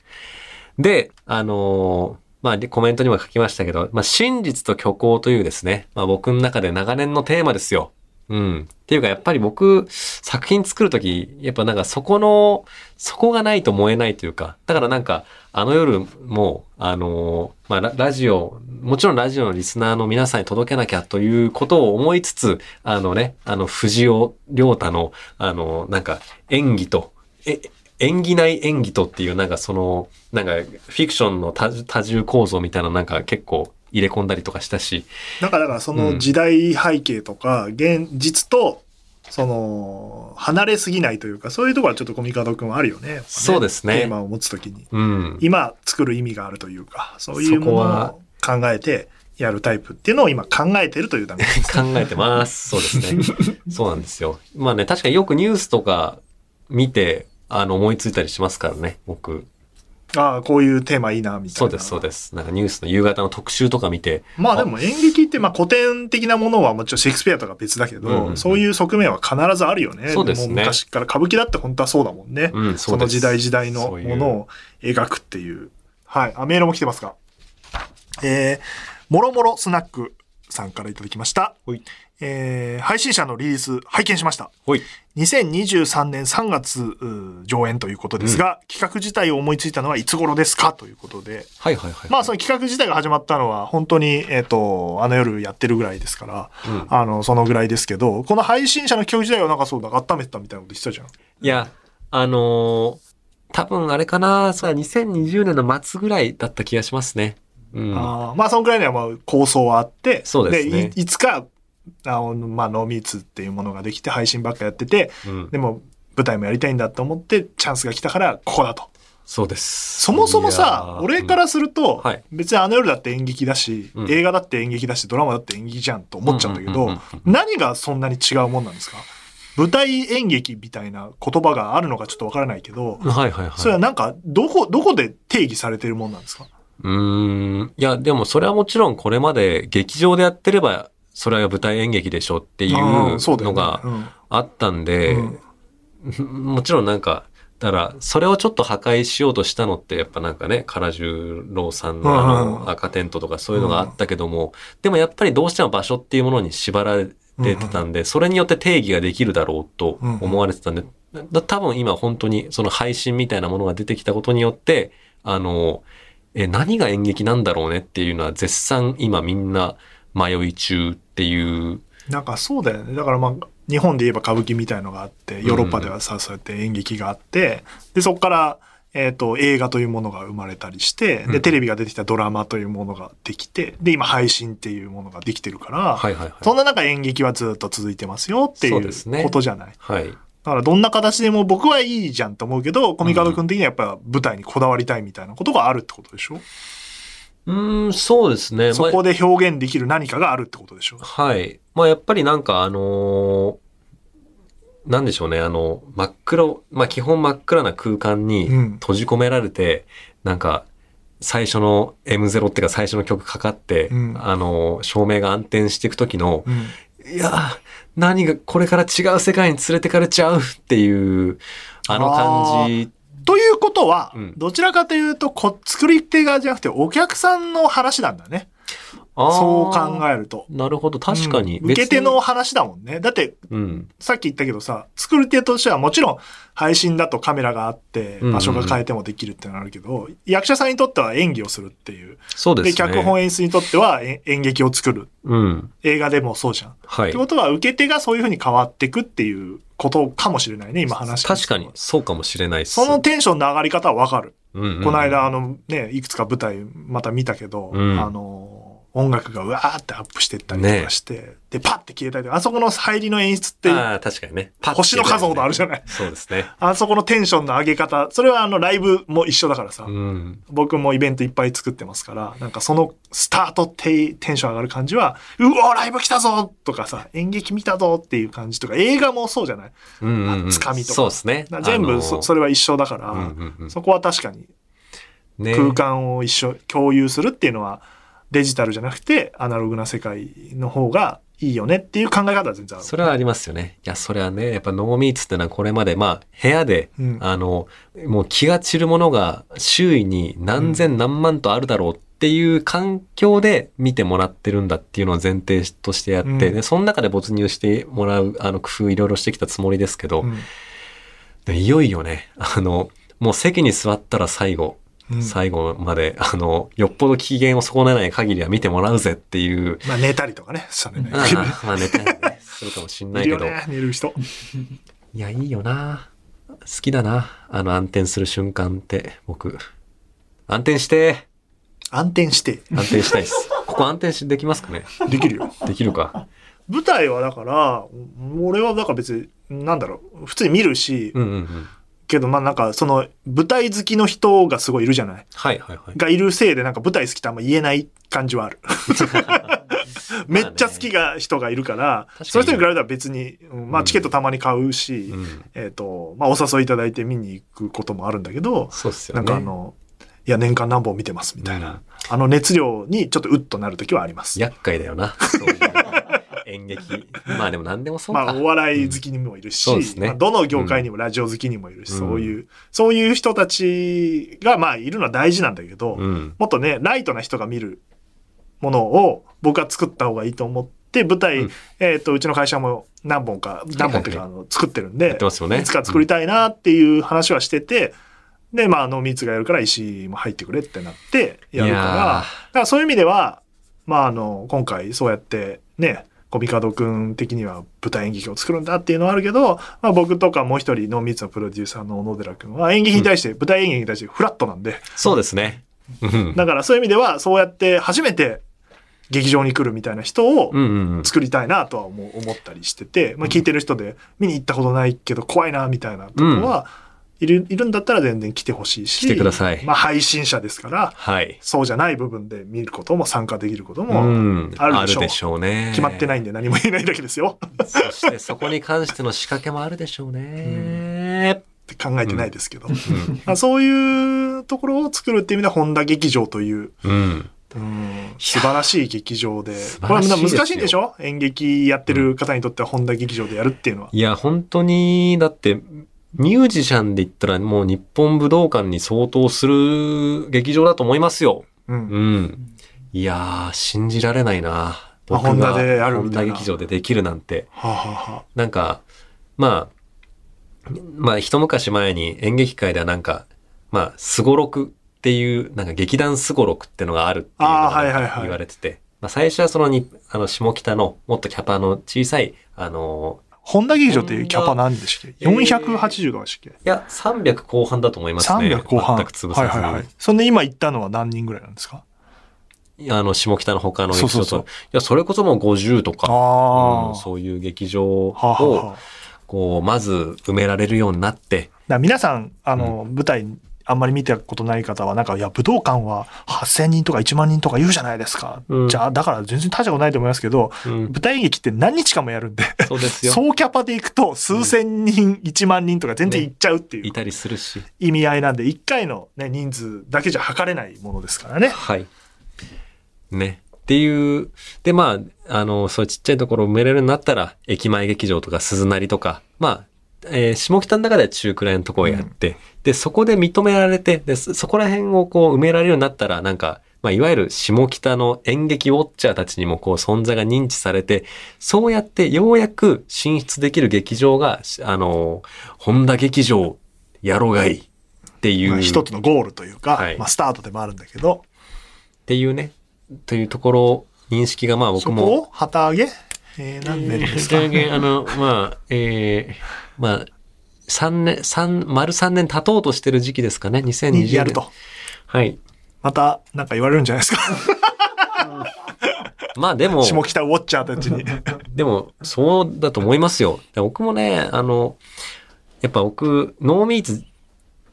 Speaker 2: で、あのーまあ、でコメントにも書きましたけど、まあ、真実と虚構というですね、まあ、僕の中で長年のテーマですよ。うん。っていうか、やっぱり僕、作品作るとき、やっぱなんかそこの、そこがないと燃えないというか、だからなんか、あの夜も、あのーまあラ、ラジオ、もちろんラジオのリスナーの皆さんに届けなきゃということを思いつつ、あのね、あの、藤尾良太の、あのーなんか、演技と、え、演技ない演技とっていう、なんかその、なんか、フィクションの多多重構造みたいななんか結構入れ込んだりとかしたし、
Speaker 1: なんかだからそ
Speaker 2: うん
Speaker 1: の時代背景とか、現実と、その、離れすぎないというか、そういうところはちょっとコミカド君はあるよね。やっぱね
Speaker 2: そうですね
Speaker 1: テーマを持つときに。
Speaker 2: うん。
Speaker 1: 今作る意味があるというか、そういうもの
Speaker 2: そこは
Speaker 1: を考えてやるタイプっていうのを今考えてるという段 階です。
Speaker 2: 考えてます。そうですね。 そうなんですよ。まあね、確かによくニュースとか見て、あの、思いついたりしますからね、僕。
Speaker 1: ああ、こういうテーマいいな、みたいな。
Speaker 2: そうです、そうです。なんかニュースの夕方の特集とか見て、
Speaker 1: まあでも演劇ってまあ古典的なものはもちろんシェイクスピアとか別だけど、
Speaker 2: うんうん
Speaker 1: そういう側面は必ずあるよね。
Speaker 2: そうですね
Speaker 1: も昔から歌舞伎だって本当はそうだもんね。
Speaker 2: うん、
Speaker 1: そうの
Speaker 2: です
Speaker 1: 時代時代の
Speaker 2: そういう
Speaker 1: ものを描くっていう。はい。あ、メールも来てますが。えー、もろもろスナックさんからいただきました。
Speaker 2: ほい。
Speaker 1: えー配信者のリリース拝見しました。
Speaker 2: ほい。
Speaker 1: 2023年3月うー上演ということですが、企画自体を思いついたのはいつ頃ですかということで、
Speaker 2: はいはいはい。
Speaker 1: まあその企画自体が始まったのは本当に、えっ、と、あの夜やってるぐらいですから、
Speaker 2: うん
Speaker 1: あの、そのぐらいですけど、この配信者の企画自体はなんかそうだ、温めてたみたいなこと言ってたじゃん。
Speaker 2: いや、あのー多分あれかな、さ、2020年の末ぐらいだった気がしますね。うん。
Speaker 1: あーまあそのぐらいにはまあ構想はあって、
Speaker 2: そうですね
Speaker 1: いいつか、あの、まあ、ノーミーツっていうものができて配信ばっかやってて、
Speaker 2: うん
Speaker 1: でも舞台もやりたいんだと思ってチャンスが来たからここだと。
Speaker 2: そうです。
Speaker 1: そもそも
Speaker 2: いや
Speaker 1: さ
Speaker 2: ー、
Speaker 1: 俺か、らする
Speaker 2: うん
Speaker 1: と
Speaker 2: はい、
Speaker 1: 別にあの夜だって演劇だし、
Speaker 2: うん
Speaker 1: 映画だって演劇だし、ドラマだって演劇じゃんと思っちゃうんだけ
Speaker 2: うんう
Speaker 1: ど
Speaker 2: んうん、
Speaker 1: 何がそんなに違うもんなんですか舞台演劇みたいな言葉があるのかちょっとわからないけど
Speaker 2: う、んはいはいはい。
Speaker 1: それはなんか、どこ、どこで定義されてるもんなんですか
Speaker 2: うーん。いや、でもそれはもちろんこれまで劇場でやってれば、それは舞台演劇でしょっていう
Speaker 1: あーそうだよ
Speaker 2: の
Speaker 1: ね
Speaker 2: が
Speaker 1: うん
Speaker 2: あったんで、
Speaker 1: うん
Speaker 2: もちろんなんか、だから、それをちょっと破壊しようとしたのって、やっぱなんかね、唐十郎さんのあ
Speaker 1: うんうんう
Speaker 2: の
Speaker 1: ん
Speaker 2: 赤テントとかそういうのがあったけども、でもやっぱりどうしても場所っていうものに縛られてたんで、それによって定義ができるだろうと思われてたんで、だ多分今本当にその配信みたいなものが出てきたことによって、あの、え、何が演劇なんだろうねっていうのは絶賛今みんな迷い中っていう、
Speaker 1: なんかそうだよね。だからまあ、日本で言えば歌舞伎みたいのがあって、ヨーロッパではさ、そうやって演劇があって、で、そこから、えっ、と、映画というものが生まれたりして、
Speaker 2: う
Speaker 1: で、
Speaker 2: ん
Speaker 1: テレビが出てきたドラマというものができて、で、今配信っていうものができてるから、
Speaker 2: はいはい
Speaker 1: そ
Speaker 2: はい。
Speaker 1: んな中演劇はずっと続いてますよってい
Speaker 2: そううですね
Speaker 1: ことじゃない。
Speaker 2: はい。
Speaker 1: だからどんな形でも僕はいいじゃんと思うけど、コミカド君的にはやっぱ舞台にこだわりたいみたいなことがあるってことでしょ、
Speaker 2: うーん、そうですね。
Speaker 1: そ
Speaker 2: まあ
Speaker 1: こで表現できる何かがあるってことでしょ
Speaker 2: はい。まあやっぱりなんかあのーなんでしょうね、あの、真っ黒、まあ基本真っ暗な空間に
Speaker 1: うん
Speaker 2: 閉じ込められて、なんか、最初の M0 っていうか最初の曲かかって、
Speaker 1: うん
Speaker 2: あのー、照明が暗転していく時の、
Speaker 1: うん。
Speaker 2: いやー、何がこれから違う世界に連れてかれちゃうっていう、あの感じ
Speaker 1: ということは、
Speaker 2: うん
Speaker 1: どちらかというとこ、作り手側じゃなくてお客さんの話なんだね。
Speaker 2: あー
Speaker 1: そう考えると。
Speaker 2: なるほど、確かに。
Speaker 1: うん受け手の話だもんね。だって、
Speaker 2: 別に、うん。
Speaker 1: さっき言ったけどさ、作り手としてはもちろん配信だとカメラがあって、
Speaker 2: うんうん
Speaker 1: 場所が変えてもできるってのあるけど、役者さんにとっては演技をするっていう。
Speaker 2: そうですね。
Speaker 1: 脚本演出にとってはえ演劇を作る。
Speaker 2: うん。
Speaker 1: 映画でもそうじゃん。っ
Speaker 2: はい。
Speaker 1: てことは、受け手がそういうふうに変わっていくっていうことかもしれないね、今話してる
Speaker 2: 確かに、そうかもしれないです。
Speaker 1: そのテンションの上がり方はわかる。
Speaker 2: うんうん
Speaker 1: この間、あのね、いくつか舞台また見たけど、
Speaker 2: うん
Speaker 1: あの、音楽がうわーってアップしてったりとかして、で、パッて消えたりとか、あそこの入りの演出って、
Speaker 2: ああ、確かにね。パッて
Speaker 1: 星の数ほどあるじゃない。
Speaker 2: そうですね。
Speaker 1: あそこのテンションの上げ方、それはあの、ライブも一緒だからさ、
Speaker 2: うん。
Speaker 1: 僕もイベントいっぱい作ってますから、なんかそのスタートってテンション上がる感じは、うおーライブ来たぞとかさ、演劇見たぞっていう感じとか、映画もそうじゃない
Speaker 2: うんうんうん。
Speaker 1: つかみとか
Speaker 2: そうですね。
Speaker 1: な全部そ,、それは一緒だから、
Speaker 2: あのーうんうんうん
Speaker 1: そこは確かに
Speaker 2: ね
Speaker 1: 空間を一緒共有するっていうのはデジタルじゃなくてアナログな世界の方がいいよねっていう考え方は全然ある。
Speaker 2: それはありますよね。いや、それはね、やっぱノーミーツってのはこれまで、まあ、部屋で、
Speaker 1: うん
Speaker 2: あの、もう気が散るものが周囲に何千何万とあるだろうっていう環境で見てもらってるんだっていうのを前提としてやって、
Speaker 1: うん
Speaker 2: で、その中で没入してもらう、あの、工夫いろいろしてきたつもりですけど、
Speaker 1: うん
Speaker 2: でいよいよね、あの、もう席に座ったら最後、
Speaker 1: うん
Speaker 2: 最後まで、あの、よっぽど機嫌を損ねない限りは見てもらうぜっていう、
Speaker 1: まあ寝たりとかね、されない
Speaker 2: あ
Speaker 1: けど。
Speaker 2: あまあ寝たりね、するかもしんないい
Speaker 1: る
Speaker 2: け
Speaker 1: よ
Speaker 2: ど、
Speaker 1: ね、寝る人。
Speaker 2: いや、いいよな好きだなあの、暗転する瞬間って、僕。暗転して
Speaker 1: 暗転して、
Speaker 2: 暗転したいっ す。ここ暗転しできますかね
Speaker 1: できる よ。
Speaker 2: できるか。
Speaker 1: 舞台はだから、俺はだから別に、なんだろう、普通に見るし、
Speaker 2: うんうんうん。
Speaker 1: けどまあなんかその舞台好きの人がすごいいるじゃない。
Speaker 2: はいはいはい。
Speaker 1: がいるせいでなんか舞台好きってあんま言えない感じはあ る。めっちゃ好きが人がいるから、
Speaker 2: 確かに
Speaker 1: そういう人に比べたら別に、うんま
Speaker 2: う
Speaker 1: あ
Speaker 2: ん
Speaker 1: チケットたまに買うし、
Speaker 2: うん。
Speaker 1: えっ、と、まあお誘いいただいて見に行くこともあるんだけど、
Speaker 2: そうっすよ
Speaker 1: な
Speaker 2: ね。
Speaker 1: んかあの、いや年間何本見てますみたいな、
Speaker 2: うん
Speaker 1: あの熱量にちょっとうっとなる時はあります。
Speaker 2: 厄介だよな。そういう 演劇。まあでも何でもそう
Speaker 1: ま
Speaker 2: か。
Speaker 1: あお笑い好きにもいるし、
Speaker 2: うんそうですね
Speaker 1: まあどの業界にもラジオ好きにもいるし、
Speaker 2: うん
Speaker 1: そういう、そういう人たちがまあいるのは大事なんだけど、
Speaker 2: うん。
Speaker 1: もっとね、ライトな人が見るものを僕は作った方がいいと思って、舞台、
Speaker 2: うん
Speaker 1: えっ、と、うちの会社も何本か、何本っていうか、
Speaker 2: は
Speaker 1: あの作ってるんで、
Speaker 2: やってますよね
Speaker 1: いつか作りたいなっていう話はしてて、で、まあ、あの、ミーツがやるから石井も入ってくれってなってやるから、
Speaker 2: いや
Speaker 1: だ
Speaker 2: ー
Speaker 1: からそういう意味では、まあ、あの、今回そうやってね、コミカドくん的には舞台演劇を作るんだっていうのはあるけど、まあ僕とかもう一人のミーツのプロデューサーの小野寺くんは演劇に対して、舞台演劇に対してフラットなんで、
Speaker 2: そうですね。うん。
Speaker 1: だからそういう意味では、そうやって初めて劇場に来るみたいな人を
Speaker 2: うんうんうん。
Speaker 1: 作りたいなとは思う思ったりしてて、まあ、聞いてる人で見に行ったことないけど怖いなみたいなとこは、いるいるんだったら全然来てほしいし
Speaker 2: 来てください
Speaker 1: まあ、配信者ですから
Speaker 2: はい。
Speaker 1: そうじゃない部分で見ることも参加できること
Speaker 2: う
Speaker 1: も
Speaker 2: ん。
Speaker 1: ある
Speaker 2: あ
Speaker 1: でし
Speaker 2: る
Speaker 1: ょう
Speaker 2: でしょうね。。
Speaker 1: 決まってないいんで何も言えないだけですよ っ
Speaker 2: そしてそこに関しての仕掛けもあるでしょうね。
Speaker 1: て考えてないですけど、
Speaker 2: うん。
Speaker 1: まあ、そういうところを作るっていう意味では本田劇場という
Speaker 2: うん。
Speaker 1: うん素晴らしい劇場で
Speaker 2: 素
Speaker 1: こ
Speaker 2: 晴ら
Speaker 1: れ
Speaker 2: しいですよ
Speaker 1: 難しいんでしょ演劇やってる方にとっては本田劇場でやるっていうのは。
Speaker 2: いや、本当に、だって、ミュージシャンで言ったらもう日本武道館に相当する劇場だと思いますよ。
Speaker 1: うん
Speaker 2: うん。いやー、信じられないな。
Speaker 1: まあ
Speaker 2: 僕が
Speaker 1: ホンダでやるみたいな
Speaker 2: ホンダ劇場でできるなんて。
Speaker 1: はあはあは
Speaker 2: なんか、まあ、まあ、一昔前に演劇界ではなんか、まあ、すごろくっていう、なんか劇団すごろくってのがあるっていうの
Speaker 1: あーはい
Speaker 2: が
Speaker 1: はい
Speaker 2: なん
Speaker 1: はい
Speaker 2: か言われてて、まあ、最初はそのに、あの、下北の、もっとキャパの小さい、あの
Speaker 1: あホンダ劇場っていうキャパ何でしたっけ
Speaker 2: ホンダ
Speaker 1: ?480 がでしたっけ
Speaker 2: ーいや、300後半だと思いますね。
Speaker 1: 300後半。
Speaker 2: 全く潰さずに。
Speaker 1: はいはいはい。そんで今行ったのは何人ぐらいなんですか
Speaker 2: あの、下北の他の劇場と。
Speaker 1: そうそうそう
Speaker 2: いや、それこそもう50とか、
Speaker 1: あ
Speaker 2: うん
Speaker 1: ー
Speaker 2: そういう劇場を、
Speaker 1: はあはあはあ。だか
Speaker 2: こう、まず埋められるようになって、
Speaker 1: ら皆さん、あの、舞台あんまり見たことない方は、なんか、いや、武道館は8000人とか1万人とか言うじゃないですか。
Speaker 2: うん
Speaker 1: じゃあ、だから全然大したことないと思いますけど、
Speaker 2: うん
Speaker 1: 舞台劇って何日間もやるんで、
Speaker 2: そうですよ。
Speaker 1: 総キャパで行くと数千人、1万人とか全然
Speaker 2: ね
Speaker 1: 行っちゃうってい
Speaker 2: いうたりするし。
Speaker 1: 意味合いなんで、1回のね、人数だけじゃ測れないものですからね。
Speaker 2: はい。ね。っていう、で、まあ、あの、そういうちっちゃいところを埋めれるようになったら、駅前劇場とか鈴なりとか、まあ、えー下北の中では中くらいのところをやって、で、そこで認められて、で、そそこら辺をこう埋められるようになったら、なんか、まあ、いわゆる下北の演劇ウォッチャーたちにもこう存在が認知されて、そうやってようやく進出できる劇場が、しあの、本田劇場やろうがいいっていう。
Speaker 1: まあ一つのゴールというか、
Speaker 2: はい
Speaker 1: まあ、スタートでもあるんだけど、
Speaker 2: っていうね、というところ、認識がまあ僕
Speaker 1: そこ
Speaker 2: も。
Speaker 1: を旗揚げ、えー、何年ですか、
Speaker 2: えーあの、まあ、えーまあ、三年、三、丸三年経とうとしてる時期ですかね、2020年。
Speaker 1: にやると。。
Speaker 2: はい。
Speaker 1: また、なんか言われるんじゃないですか。
Speaker 2: まあで も、
Speaker 1: 下北ウォッチャーたち に。
Speaker 2: でも、そうだと思いますよ。で僕もね、あの、やっぱ僕、ノーミーツ、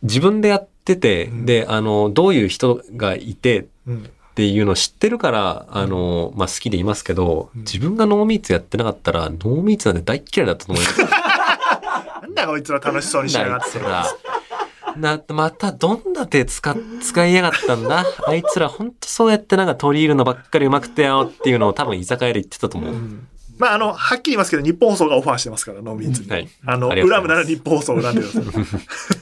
Speaker 2: 自分でやってて、
Speaker 1: うん
Speaker 2: で、あの、どういう人がいて、
Speaker 1: うん
Speaker 2: っていうのを知ってるから、あの、まあ、好きでいますけど、
Speaker 1: うん
Speaker 2: 自分がノーミーツやってなかったら、ノーミーツなんて大っ嫌いだったと思います。
Speaker 1: なんだこいつら楽しそうにしやが
Speaker 2: あ
Speaker 1: っ
Speaker 2: い つ
Speaker 1: て。
Speaker 2: ら。な、またどんな手使っ、使いやがったんだ。あいつらほんとそうやってなんか取り入るのばっかりうまくてよっていうのを多分居酒屋で言ってたと思
Speaker 1: う
Speaker 2: う。
Speaker 1: んまあ、あの、はっきり言いますけど、日本放送がオファーしてますから、ノーミーツに。
Speaker 2: はい
Speaker 1: あの、
Speaker 2: ありがとうござい
Speaker 1: 恨
Speaker 2: ます
Speaker 1: むなら日本放送を恨んでください。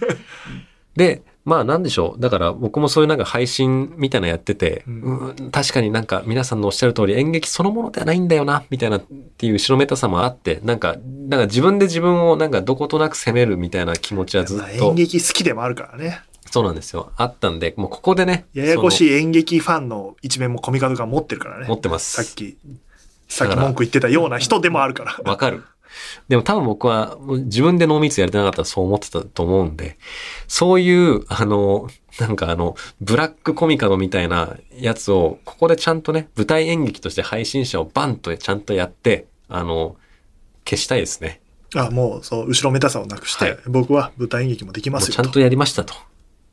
Speaker 2: で、まあなんでしょう。だから僕もそういうなんか配信みたいなのやってて、
Speaker 1: う
Speaker 2: うんん、確かになんか皆さんのおっしゃる通り演劇そのものではないんだよな、みたいなっていう後ろめたさもあって、なんか、なんか自分で自分をなんかどことなく責めるみたいな気持ちは ず
Speaker 1: まあ
Speaker 2: っ
Speaker 1: 演
Speaker 2: と、
Speaker 1: 劇好きでもあるからね。
Speaker 2: そうなんですよ。あったんで、もうここでね。
Speaker 1: ややこし
Speaker 2: い。
Speaker 1: い演劇ファンの一面もコミカドが持ってるからね。
Speaker 2: 持ってま
Speaker 1: さ
Speaker 2: す
Speaker 1: っき、さっ
Speaker 2: だ
Speaker 1: き
Speaker 2: から
Speaker 1: 文句言ってたような人でもあるから。
Speaker 2: わかる。でも多分僕はもう自分で濃密やれてなかったらそう思ってたと思うんで、そういう、あの、なんかあの、ブラックコミカドみたいなやつを、ここでちゃんとね、舞台演劇として配信者をバンとちゃんとやって、あの、消したいですね。
Speaker 1: あもう、そう、後ろめたさをなくして、
Speaker 2: はい
Speaker 1: 僕は舞台演劇もでき
Speaker 2: も
Speaker 1: ま
Speaker 2: う
Speaker 1: すよ
Speaker 2: ちゃんとやりましたと。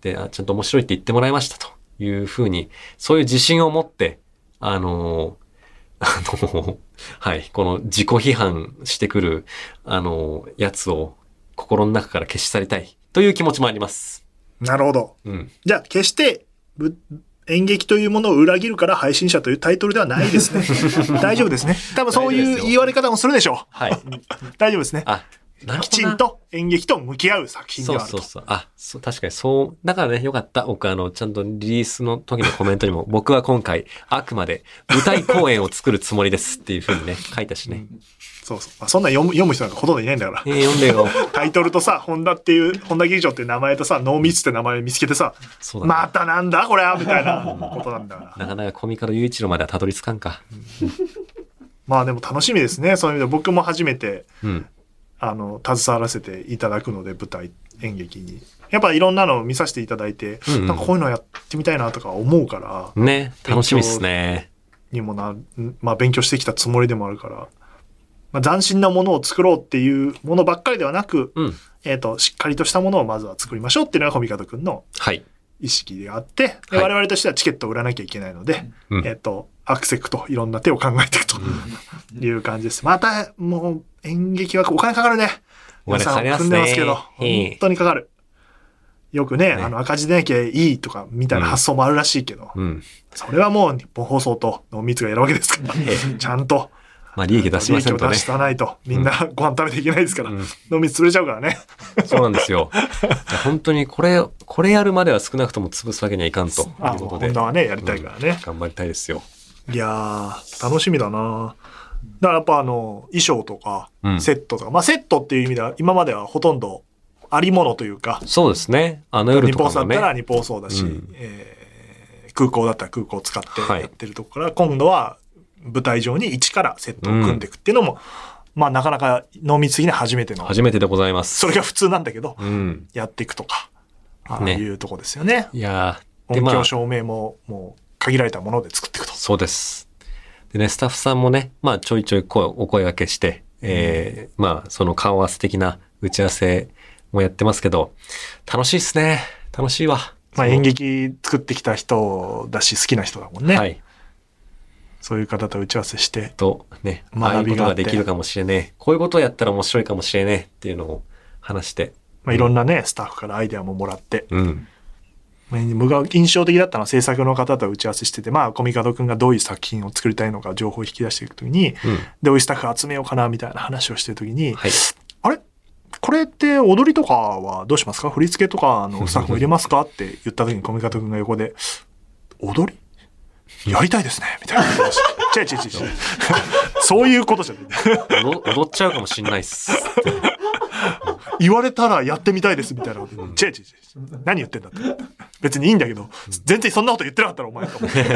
Speaker 2: で、あちゃんと面白いって言ってもらいましたというふうに、そういう自信を持って、あの あのはい、この自己批判してくる、あのやつを心の中から消し去りたいという気持ちもあります。
Speaker 1: なるほど。
Speaker 2: うん。
Speaker 1: じゃあ、決して、ぶ演劇というものを裏切るから配信者というタイトルではないです ね。大丈夫ですね。多分そう
Speaker 2: 大丈夫で
Speaker 1: いう
Speaker 2: すよ
Speaker 1: 言われ方もするでしょ
Speaker 2: はい。
Speaker 1: う。大丈夫ですね。
Speaker 2: あ、なるほどな
Speaker 1: きちんと演劇と向き合う作品
Speaker 2: そ
Speaker 1: で
Speaker 2: う
Speaker 1: はある
Speaker 2: そ
Speaker 1: と
Speaker 2: う。そう。あ、そう、確かにそう。だからね、よかった。僕、あの、ちゃんとリリースの時のコメントにも、 僕は今回、あくまで舞台公演を作るつもりですっていうふうにね、書いたしね。
Speaker 1: そうそう。まあ、そんな読む読む人なんかほとんどいないんだから
Speaker 2: え。ー読んでよ。
Speaker 1: タイトルとさ、ホンダっていう、ホンダ劇場っていう名前とさ、ノーミスって名前見つけてさ、
Speaker 2: そうだね
Speaker 1: またなんだこれはみた いなことなんだから。
Speaker 2: なかなかコミカル雄一郎まではたどり着かんか。
Speaker 1: まあでも楽しみですね。そういう意味で僕も初めて、
Speaker 2: うん。
Speaker 1: あの、携わらせていただくので、舞台、演劇に。やっぱいろんなのを見させていただいて、
Speaker 2: うんうん
Speaker 1: なんかこういうのやってみたいなとか思うから、
Speaker 2: ね、楽しみっすね。
Speaker 1: にもな、まあ勉強してきたつもりでもあるから、まあ、斬新なものを作ろうっていうものばっかりではなく、
Speaker 2: うん。
Speaker 1: えっ、と、しっかりとしたものをまずは作りましょうっていうのがコミカドくんの
Speaker 2: はい。
Speaker 1: 意識であって、で
Speaker 2: はい
Speaker 1: 我々としてはチケットを売らなきゃいけないので、
Speaker 2: うん
Speaker 1: えっ、と、アクセクといろんな手を考えていくという感じです。また、もう演劇はお金かかるね。
Speaker 2: お金かかります
Speaker 1: 皆さん組
Speaker 2: ね
Speaker 1: んでますけ
Speaker 2: え
Speaker 1: ど、
Speaker 2: え
Speaker 1: 本当にかかる。よくね、
Speaker 2: ね
Speaker 1: あの赤字でなきゃいいとかみたいな発想もあるらしいけど、
Speaker 2: うん。
Speaker 1: それはもう日本放送と濃密がやるわけですから、ちゃんと
Speaker 2: まあ、利益出し
Speaker 1: 利
Speaker 2: ませ
Speaker 1: 益
Speaker 2: ん
Speaker 1: を
Speaker 2: と
Speaker 1: 出
Speaker 2: ね
Speaker 1: し。たないと、みんなご飯食べていけないですから、
Speaker 2: うん
Speaker 1: 飲み潰れちゃうからね。
Speaker 2: そうなんです よ。いや本当にこれ、これやるまでは少なくとも潰すわけにはいかんという
Speaker 1: あ、
Speaker 2: こ
Speaker 1: もう
Speaker 2: と
Speaker 1: ホ
Speaker 2: で
Speaker 1: ンダ、はね、やりたいからね。
Speaker 2: 頑張りたいですよ。
Speaker 1: いやー、楽しみだなだからやっぱあの、衣装とか
Speaker 2: う、ん
Speaker 1: セットとか、まあセットっていう意味では、今まではほとんどありものというか、
Speaker 2: そうですね。あの夜
Speaker 1: 日
Speaker 2: と
Speaker 1: 本
Speaker 2: か
Speaker 1: 送だ
Speaker 2: も
Speaker 1: った
Speaker 2: ね。
Speaker 1: ら日本送だし、
Speaker 2: うん
Speaker 1: えー空港だったら空港を使って
Speaker 2: はい
Speaker 1: やってるとこから、今度は舞台上に一からセットを組んでいくっていうのも、まあなかなか濃密的には初めての、
Speaker 2: 初めてでございます。
Speaker 1: それが普通なんだけど、
Speaker 2: うん。
Speaker 1: やっていくとか、ああ
Speaker 2: ね
Speaker 1: いうとこですよね。
Speaker 2: いやーで、
Speaker 1: 音
Speaker 2: まあ
Speaker 1: 響、照明ももう限られたもので作っていくと。
Speaker 2: そうです。でね、スタッフさんもね、まあ、ちょいちょい声お声掛けして、えーまあ、その顔合わせ的な打ち合わせもやってますけど、楽しいっすね。楽しいわ。
Speaker 1: まあ演劇作ってきた人だし好きな人だもんね。
Speaker 2: はい。
Speaker 1: そういう方と打ち合わせして。
Speaker 2: と、ね、
Speaker 1: 学びがあって
Speaker 2: ああいうことができるかもしれねえ。こういうことをやったら面白いかもしれねえっていうのを話して。
Speaker 1: まあ、いろんなね、スタッフからアイデアももらって、
Speaker 2: うん。
Speaker 1: まあ僕が印象的だったのは制作の方と打ち合わせしてて、まあ、コミカドくんがどういう作品を作りたいのか情報を引き出していくときに、
Speaker 2: うん。
Speaker 1: どういうスタッフ集めようかなみたいな話をしてるときに、
Speaker 2: はい。
Speaker 1: あれこれって踊りとかはどうしますか振り付けとかのスタッフも入れますかって言ったときにコミカドくんが横で、踊りやりたいですねみたいなことをして。違う違う違 う違う。そういうことじゃない。
Speaker 2: 踊踊っちゃうかもしんないっす。
Speaker 1: 言われたらやってみたいですみたいなこと。違う違う違う。何言ってん だって。別にいいんだけど、全然そんなこと言ってなかったらお前と思って。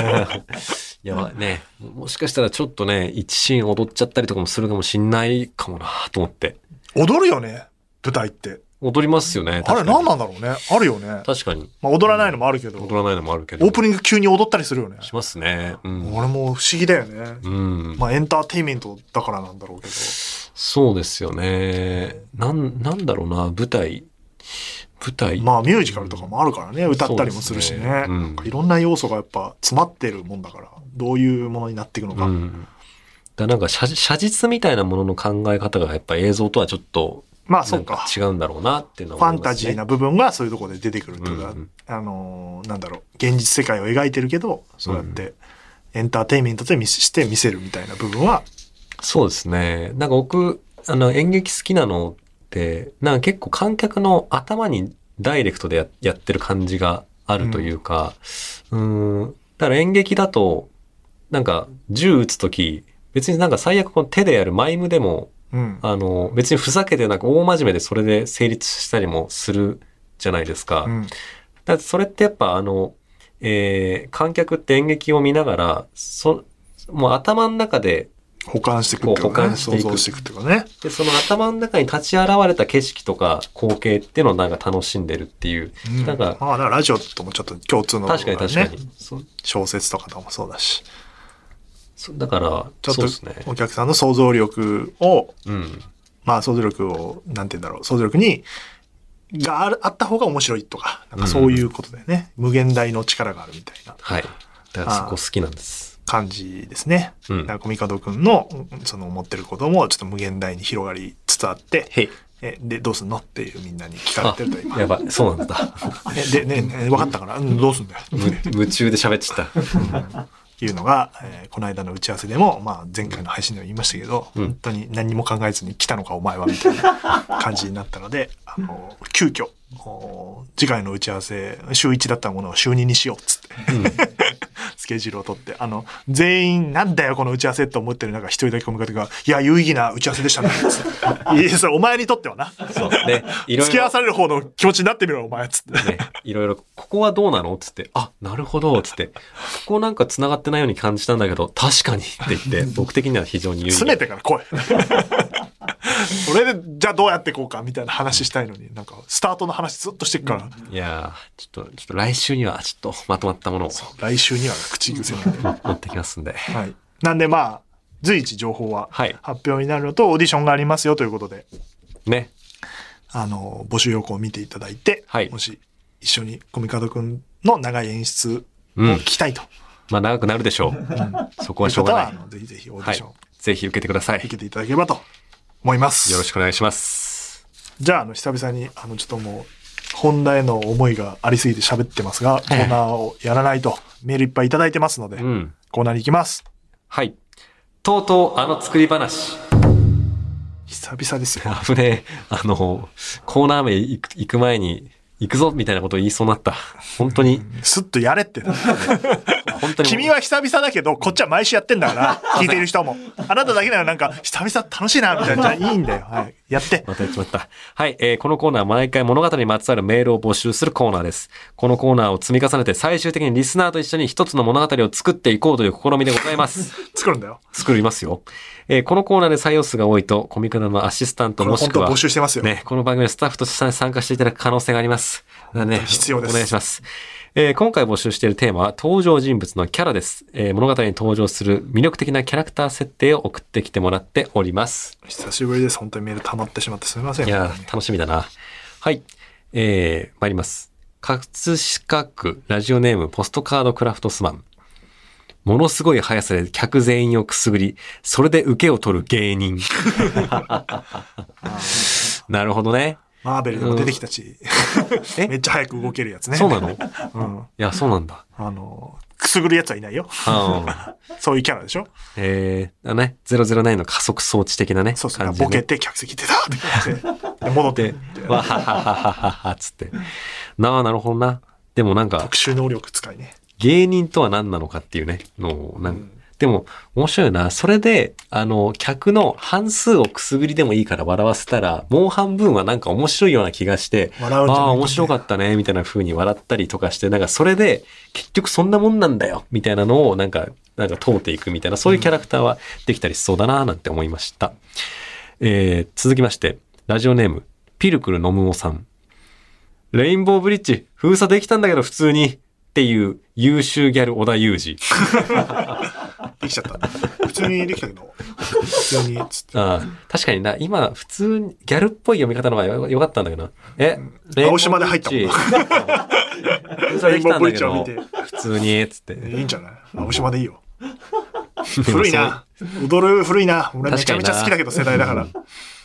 Speaker 2: やばいね。もしかしたらちょっとね、一シーン踊っちゃったりとかもするかもしんないかもなと思って。
Speaker 1: 踊るよね舞台って
Speaker 2: 踊りますよね。
Speaker 1: あれ
Speaker 2: 確かに
Speaker 1: 何なんだろうねあるよね、
Speaker 2: 確かに。
Speaker 1: まあ、踊らないのもあるけど
Speaker 2: 踊らないのもあるけど。
Speaker 1: オープニング急に踊ったりするよね
Speaker 2: しますね。うん。
Speaker 1: 俺も不思議だよね、
Speaker 2: うん。
Speaker 1: まあエンターテインメントだからなんだろうけど
Speaker 2: そうですよね。なん、なんだろうな。舞台。舞台。
Speaker 1: まあミュージカルとかもあるからね歌ったりもするしね
Speaker 2: そうですねうん
Speaker 1: なんかいろんな要素がやっぱ詰まってるもんだからどういうものになっていくのか、
Speaker 2: うん。だなんか写写実みたいなものの考え方がやっぱ映像とはちょっと
Speaker 1: まあ
Speaker 2: な
Speaker 1: そうんか
Speaker 2: か違うんだろうなっていうの
Speaker 1: フ
Speaker 2: は
Speaker 1: ァ
Speaker 2: 思い
Speaker 1: ン
Speaker 2: ま
Speaker 1: タ
Speaker 2: す
Speaker 1: ジ
Speaker 2: ね
Speaker 1: ーな部分がそういうところで出てくるというか、
Speaker 2: うんうん
Speaker 1: あのーなんだろう現実世界を描いてるけどそうやってエンターテインメントで見せして見せるみたいな部分は
Speaker 2: そうですね。なんか僕、あの演劇好きなのって、なんか結構観客の頭にダイレクトでややってる感じがあるというか、うん、ん、だから演劇だと、なんか銃撃つとき、別になんか最悪この手でやるマイムでも、
Speaker 1: うん、
Speaker 2: あの、別にふざけてなんか大真面目でそれで成立したりもするじゃないですか。
Speaker 1: うん
Speaker 2: だってそれってやっぱあの、えー観客って演劇を見ながら、そ、もう頭の中で
Speaker 1: 保管していくっていう
Speaker 2: こう
Speaker 1: か、
Speaker 2: 保
Speaker 1: ね、
Speaker 2: 管して
Speaker 1: 想
Speaker 2: いく
Speaker 1: 像していくっていうかね。
Speaker 2: で、その頭の中に立ち現れた景色とか光景っていうのをなんか楽しんでるっていう。なんか、
Speaker 1: まあ、だからラジオともちょっと共通の部分
Speaker 2: 確か
Speaker 1: が
Speaker 2: に
Speaker 1: ね、
Speaker 2: 確かに。そ
Speaker 1: 小説とかともそうだし、
Speaker 2: そだから、
Speaker 1: ちょっ
Speaker 2: そう
Speaker 1: と
Speaker 2: ですね。
Speaker 1: お客さんの想像力を、
Speaker 2: うん。
Speaker 1: まあ想像力を、なんて言うんだろう、想像力に、があるあった方が面白いとか、なんかそういうことだよね。無限大の力があるみたいな
Speaker 2: はい。だからそこ好きなんです。
Speaker 1: 感じですね。
Speaker 2: うん
Speaker 1: だからコミカド君の、その思ってることもちょっと無限大に広がりつつあって、
Speaker 2: へい。
Speaker 1: え、で、どうすんのっていうみんなに聞かれ
Speaker 2: あ
Speaker 1: てると、今。
Speaker 2: やばい。そうなんだ。
Speaker 1: えで、ね、ね、分かったから、うん、どうすんだよ。
Speaker 2: む夢中で喋っちゃった。
Speaker 1: いうのが、えーこの間の打ち合わせでも、まあ、前回の配信でも言いましたけど、
Speaker 2: うん
Speaker 1: 本当に何も考えずに来たのかお前はみたいな感じになったのであの急遽お次回の打ち合わせ週1だったものを週2にしようっつってスケジュールを取って、あの、全員、なんだよ、この打ち合わせって思ってる中、一人だけコミカドが、いや、有意義な打ち合わせでしたね。 つっていや、それお前にとってはな。
Speaker 2: そう。で、いろい
Speaker 1: 付き合
Speaker 2: ろ
Speaker 1: わ、される方の気持ちになってみろ、お前、つって。
Speaker 2: ね、いろいろ、ここはどうなのつって、あ、なるほど、つって、ここなんか繋がってないように感じたんだけど、確かにって言って、僕的には非常に有意義
Speaker 1: 詰めてから来い。 それで、じゃあどうやっていこうか、みたいな話したいのに、なんか、スタートの話ずっとしてっから、
Speaker 2: いやーちょっと、ちょっと来週には、ちょっとまとまったものを
Speaker 1: 来週には口癖なんで。
Speaker 2: 持ってきますんで。
Speaker 1: はい。なんで、まあ、随一情報は
Speaker 2: はい
Speaker 1: 発表になるのと、オーディションがありますよということで、
Speaker 2: ね。
Speaker 1: あの、募集要項を見ていただいて、
Speaker 2: はい
Speaker 1: もし一緒にコミカドくんの長い演出を
Speaker 2: うん
Speaker 1: 聞きたいと
Speaker 2: まあ長くなるでしょう。そこはし
Speaker 1: い
Speaker 2: ょ
Speaker 1: う
Speaker 2: う
Speaker 1: 方
Speaker 2: が
Speaker 1: は、
Speaker 2: な
Speaker 1: あ
Speaker 2: い。
Speaker 1: のぜひぜひオーデ
Speaker 2: は
Speaker 1: ィション
Speaker 2: い。ぜひ受けてください。
Speaker 1: 受けていただければと思います。
Speaker 2: よろしくお願いします。
Speaker 1: じゃあ、あの、久々に、あの、ちょっともう、本題への思いがありすぎて喋ってますが、コ
Speaker 2: ええ
Speaker 1: ーナーをやらないとメールいっぱいいただいてますので、
Speaker 2: うん。
Speaker 1: コーナーに行きます。
Speaker 2: はい。とうとう、あの作り話。
Speaker 1: 久々ですよ。
Speaker 2: 危ねえ。あの、コーナー名行く行く前に、行くぞみたいなことを言いそうになった。本当に、
Speaker 1: すっとやれって。
Speaker 2: 本当に。
Speaker 1: 君は久々だけど、こっちは毎週やってんだ から、聞いている人も。あなただけならなんか、久々楽しいな、みたい な。じゃあいいんだよ。はい。やって。
Speaker 2: またやっちまった。はい、えーこのコーナーは毎回物語にまつわるメールを募集するコーナーです。このコーナーを積み重ねて最終的にリスナーと一緒に一つの物語を作っていこうという試みでございます。
Speaker 1: 作るんだよ。
Speaker 2: 作りますよ。えーこのコーナーで採用数が多いと、コミカドのアシスタント
Speaker 1: これ
Speaker 2: もし
Speaker 1: 本
Speaker 2: く
Speaker 1: 当
Speaker 2: は
Speaker 1: 募、集してますよ。
Speaker 2: ね、この番組のスタッフとして参加していただく可能性があります。だね、
Speaker 1: 必要です
Speaker 2: お願いします。えー今回募集しているテーマは登場人物のキャラです、えー物語に登場する魅力的なキャラクター設定を送ってきてもらっております。
Speaker 1: 久しぶりです。本当にメール溜まってしまってすみません。
Speaker 2: いや
Speaker 1: 本当
Speaker 2: ー、
Speaker 1: に
Speaker 2: 楽しみだな。はい。えー、参ります。葛飾区ラジオネームポストカードクラフトスマン。ものすごい速さで客全員をくすぐり、それで受けを取る芸人。 なるほどね。
Speaker 1: マーベルでも出てきたし、
Speaker 2: え
Speaker 1: めっちゃ早く動けるやつね。
Speaker 2: そうなのい
Speaker 1: うん。
Speaker 2: や、そうなんだ。
Speaker 1: あの、くすぐるやつはいないよ。
Speaker 2: あ ー
Speaker 1: そういうキャラでしょ
Speaker 2: えー、だね。009の加速装置的なね。
Speaker 1: そうそう、
Speaker 2: 感じで
Speaker 1: ボ
Speaker 2: ね
Speaker 1: ケて客席出たって感じで。で戻って
Speaker 2: で、わはははははは、つって。なあ、なるほどな。でもなんか
Speaker 1: 特、殊能力使いね。
Speaker 2: 芸人とは何なのかっていうね、のをなん
Speaker 1: うん
Speaker 2: でも、面白いな。それで、あの、客の半数をくすぐりでもいいから笑わせたら、もう半分はなんか面白いような気がして、
Speaker 1: 笑うんじゃないかね
Speaker 2: ああ、面白かったね、みたいな風に笑ったりとかして、なんかそれで、結局そんなもんなんだよ、みたいなのを、なんか、なんか通っていくみたいな、そういうキャラクターはできたりしそうだな、なんて思いました。えー、続きまして、ラジオネーム、ピルクルのむおさん。レインボーブリッジ、封鎖できたんだけど普通に、っていう優秀ギャル小田裕二。
Speaker 1: できちゃった。普通にできたけど。普通に、つって。
Speaker 2: ああ確かにな、今、普通に、ギャルっぽい読み方の方がよかったんだけどな。え、レインボー
Speaker 1: 青島で入ったもんな
Speaker 2: ブリッ ジそれ
Speaker 1: レ
Speaker 2: できたんだけ
Speaker 1: インボー
Speaker 2: ど
Speaker 1: ブリッジを見
Speaker 2: 普通に、つって。
Speaker 1: いいんじゃない青島でいいよ。古いな。踊る古いな。俺めちゃめちゃ好きだけど世代だから。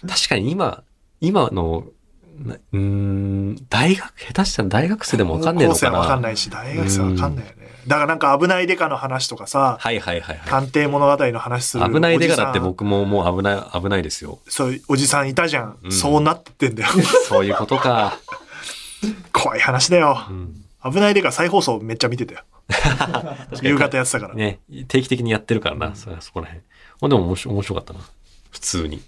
Speaker 2: 確かに今、今の、なうーん、大学、下手したら大学生でもわかんねえ
Speaker 1: 高
Speaker 2: の
Speaker 1: 生は
Speaker 2: かな。
Speaker 1: わかんないし、大学生はわかんないよね。だからなんか危ないデカの話とかさ、
Speaker 2: はいはいはいは
Speaker 1: 探偵物語の話する。
Speaker 2: い。危ない出がだって
Speaker 1: おじさん
Speaker 2: 僕ももう危ない、危ないですよ。
Speaker 1: そういうおじさんいたじゃん。
Speaker 2: うん
Speaker 1: そうなってんだよ。
Speaker 2: そういうことか。
Speaker 1: 怖い話だよ。
Speaker 2: うん
Speaker 1: 危ないでか再放送めっちゃ見 てたよ。夕方やってたから。
Speaker 2: ね、定期的にやってるからな、そそこら辺。まあでも面白面白かったな。普 通に。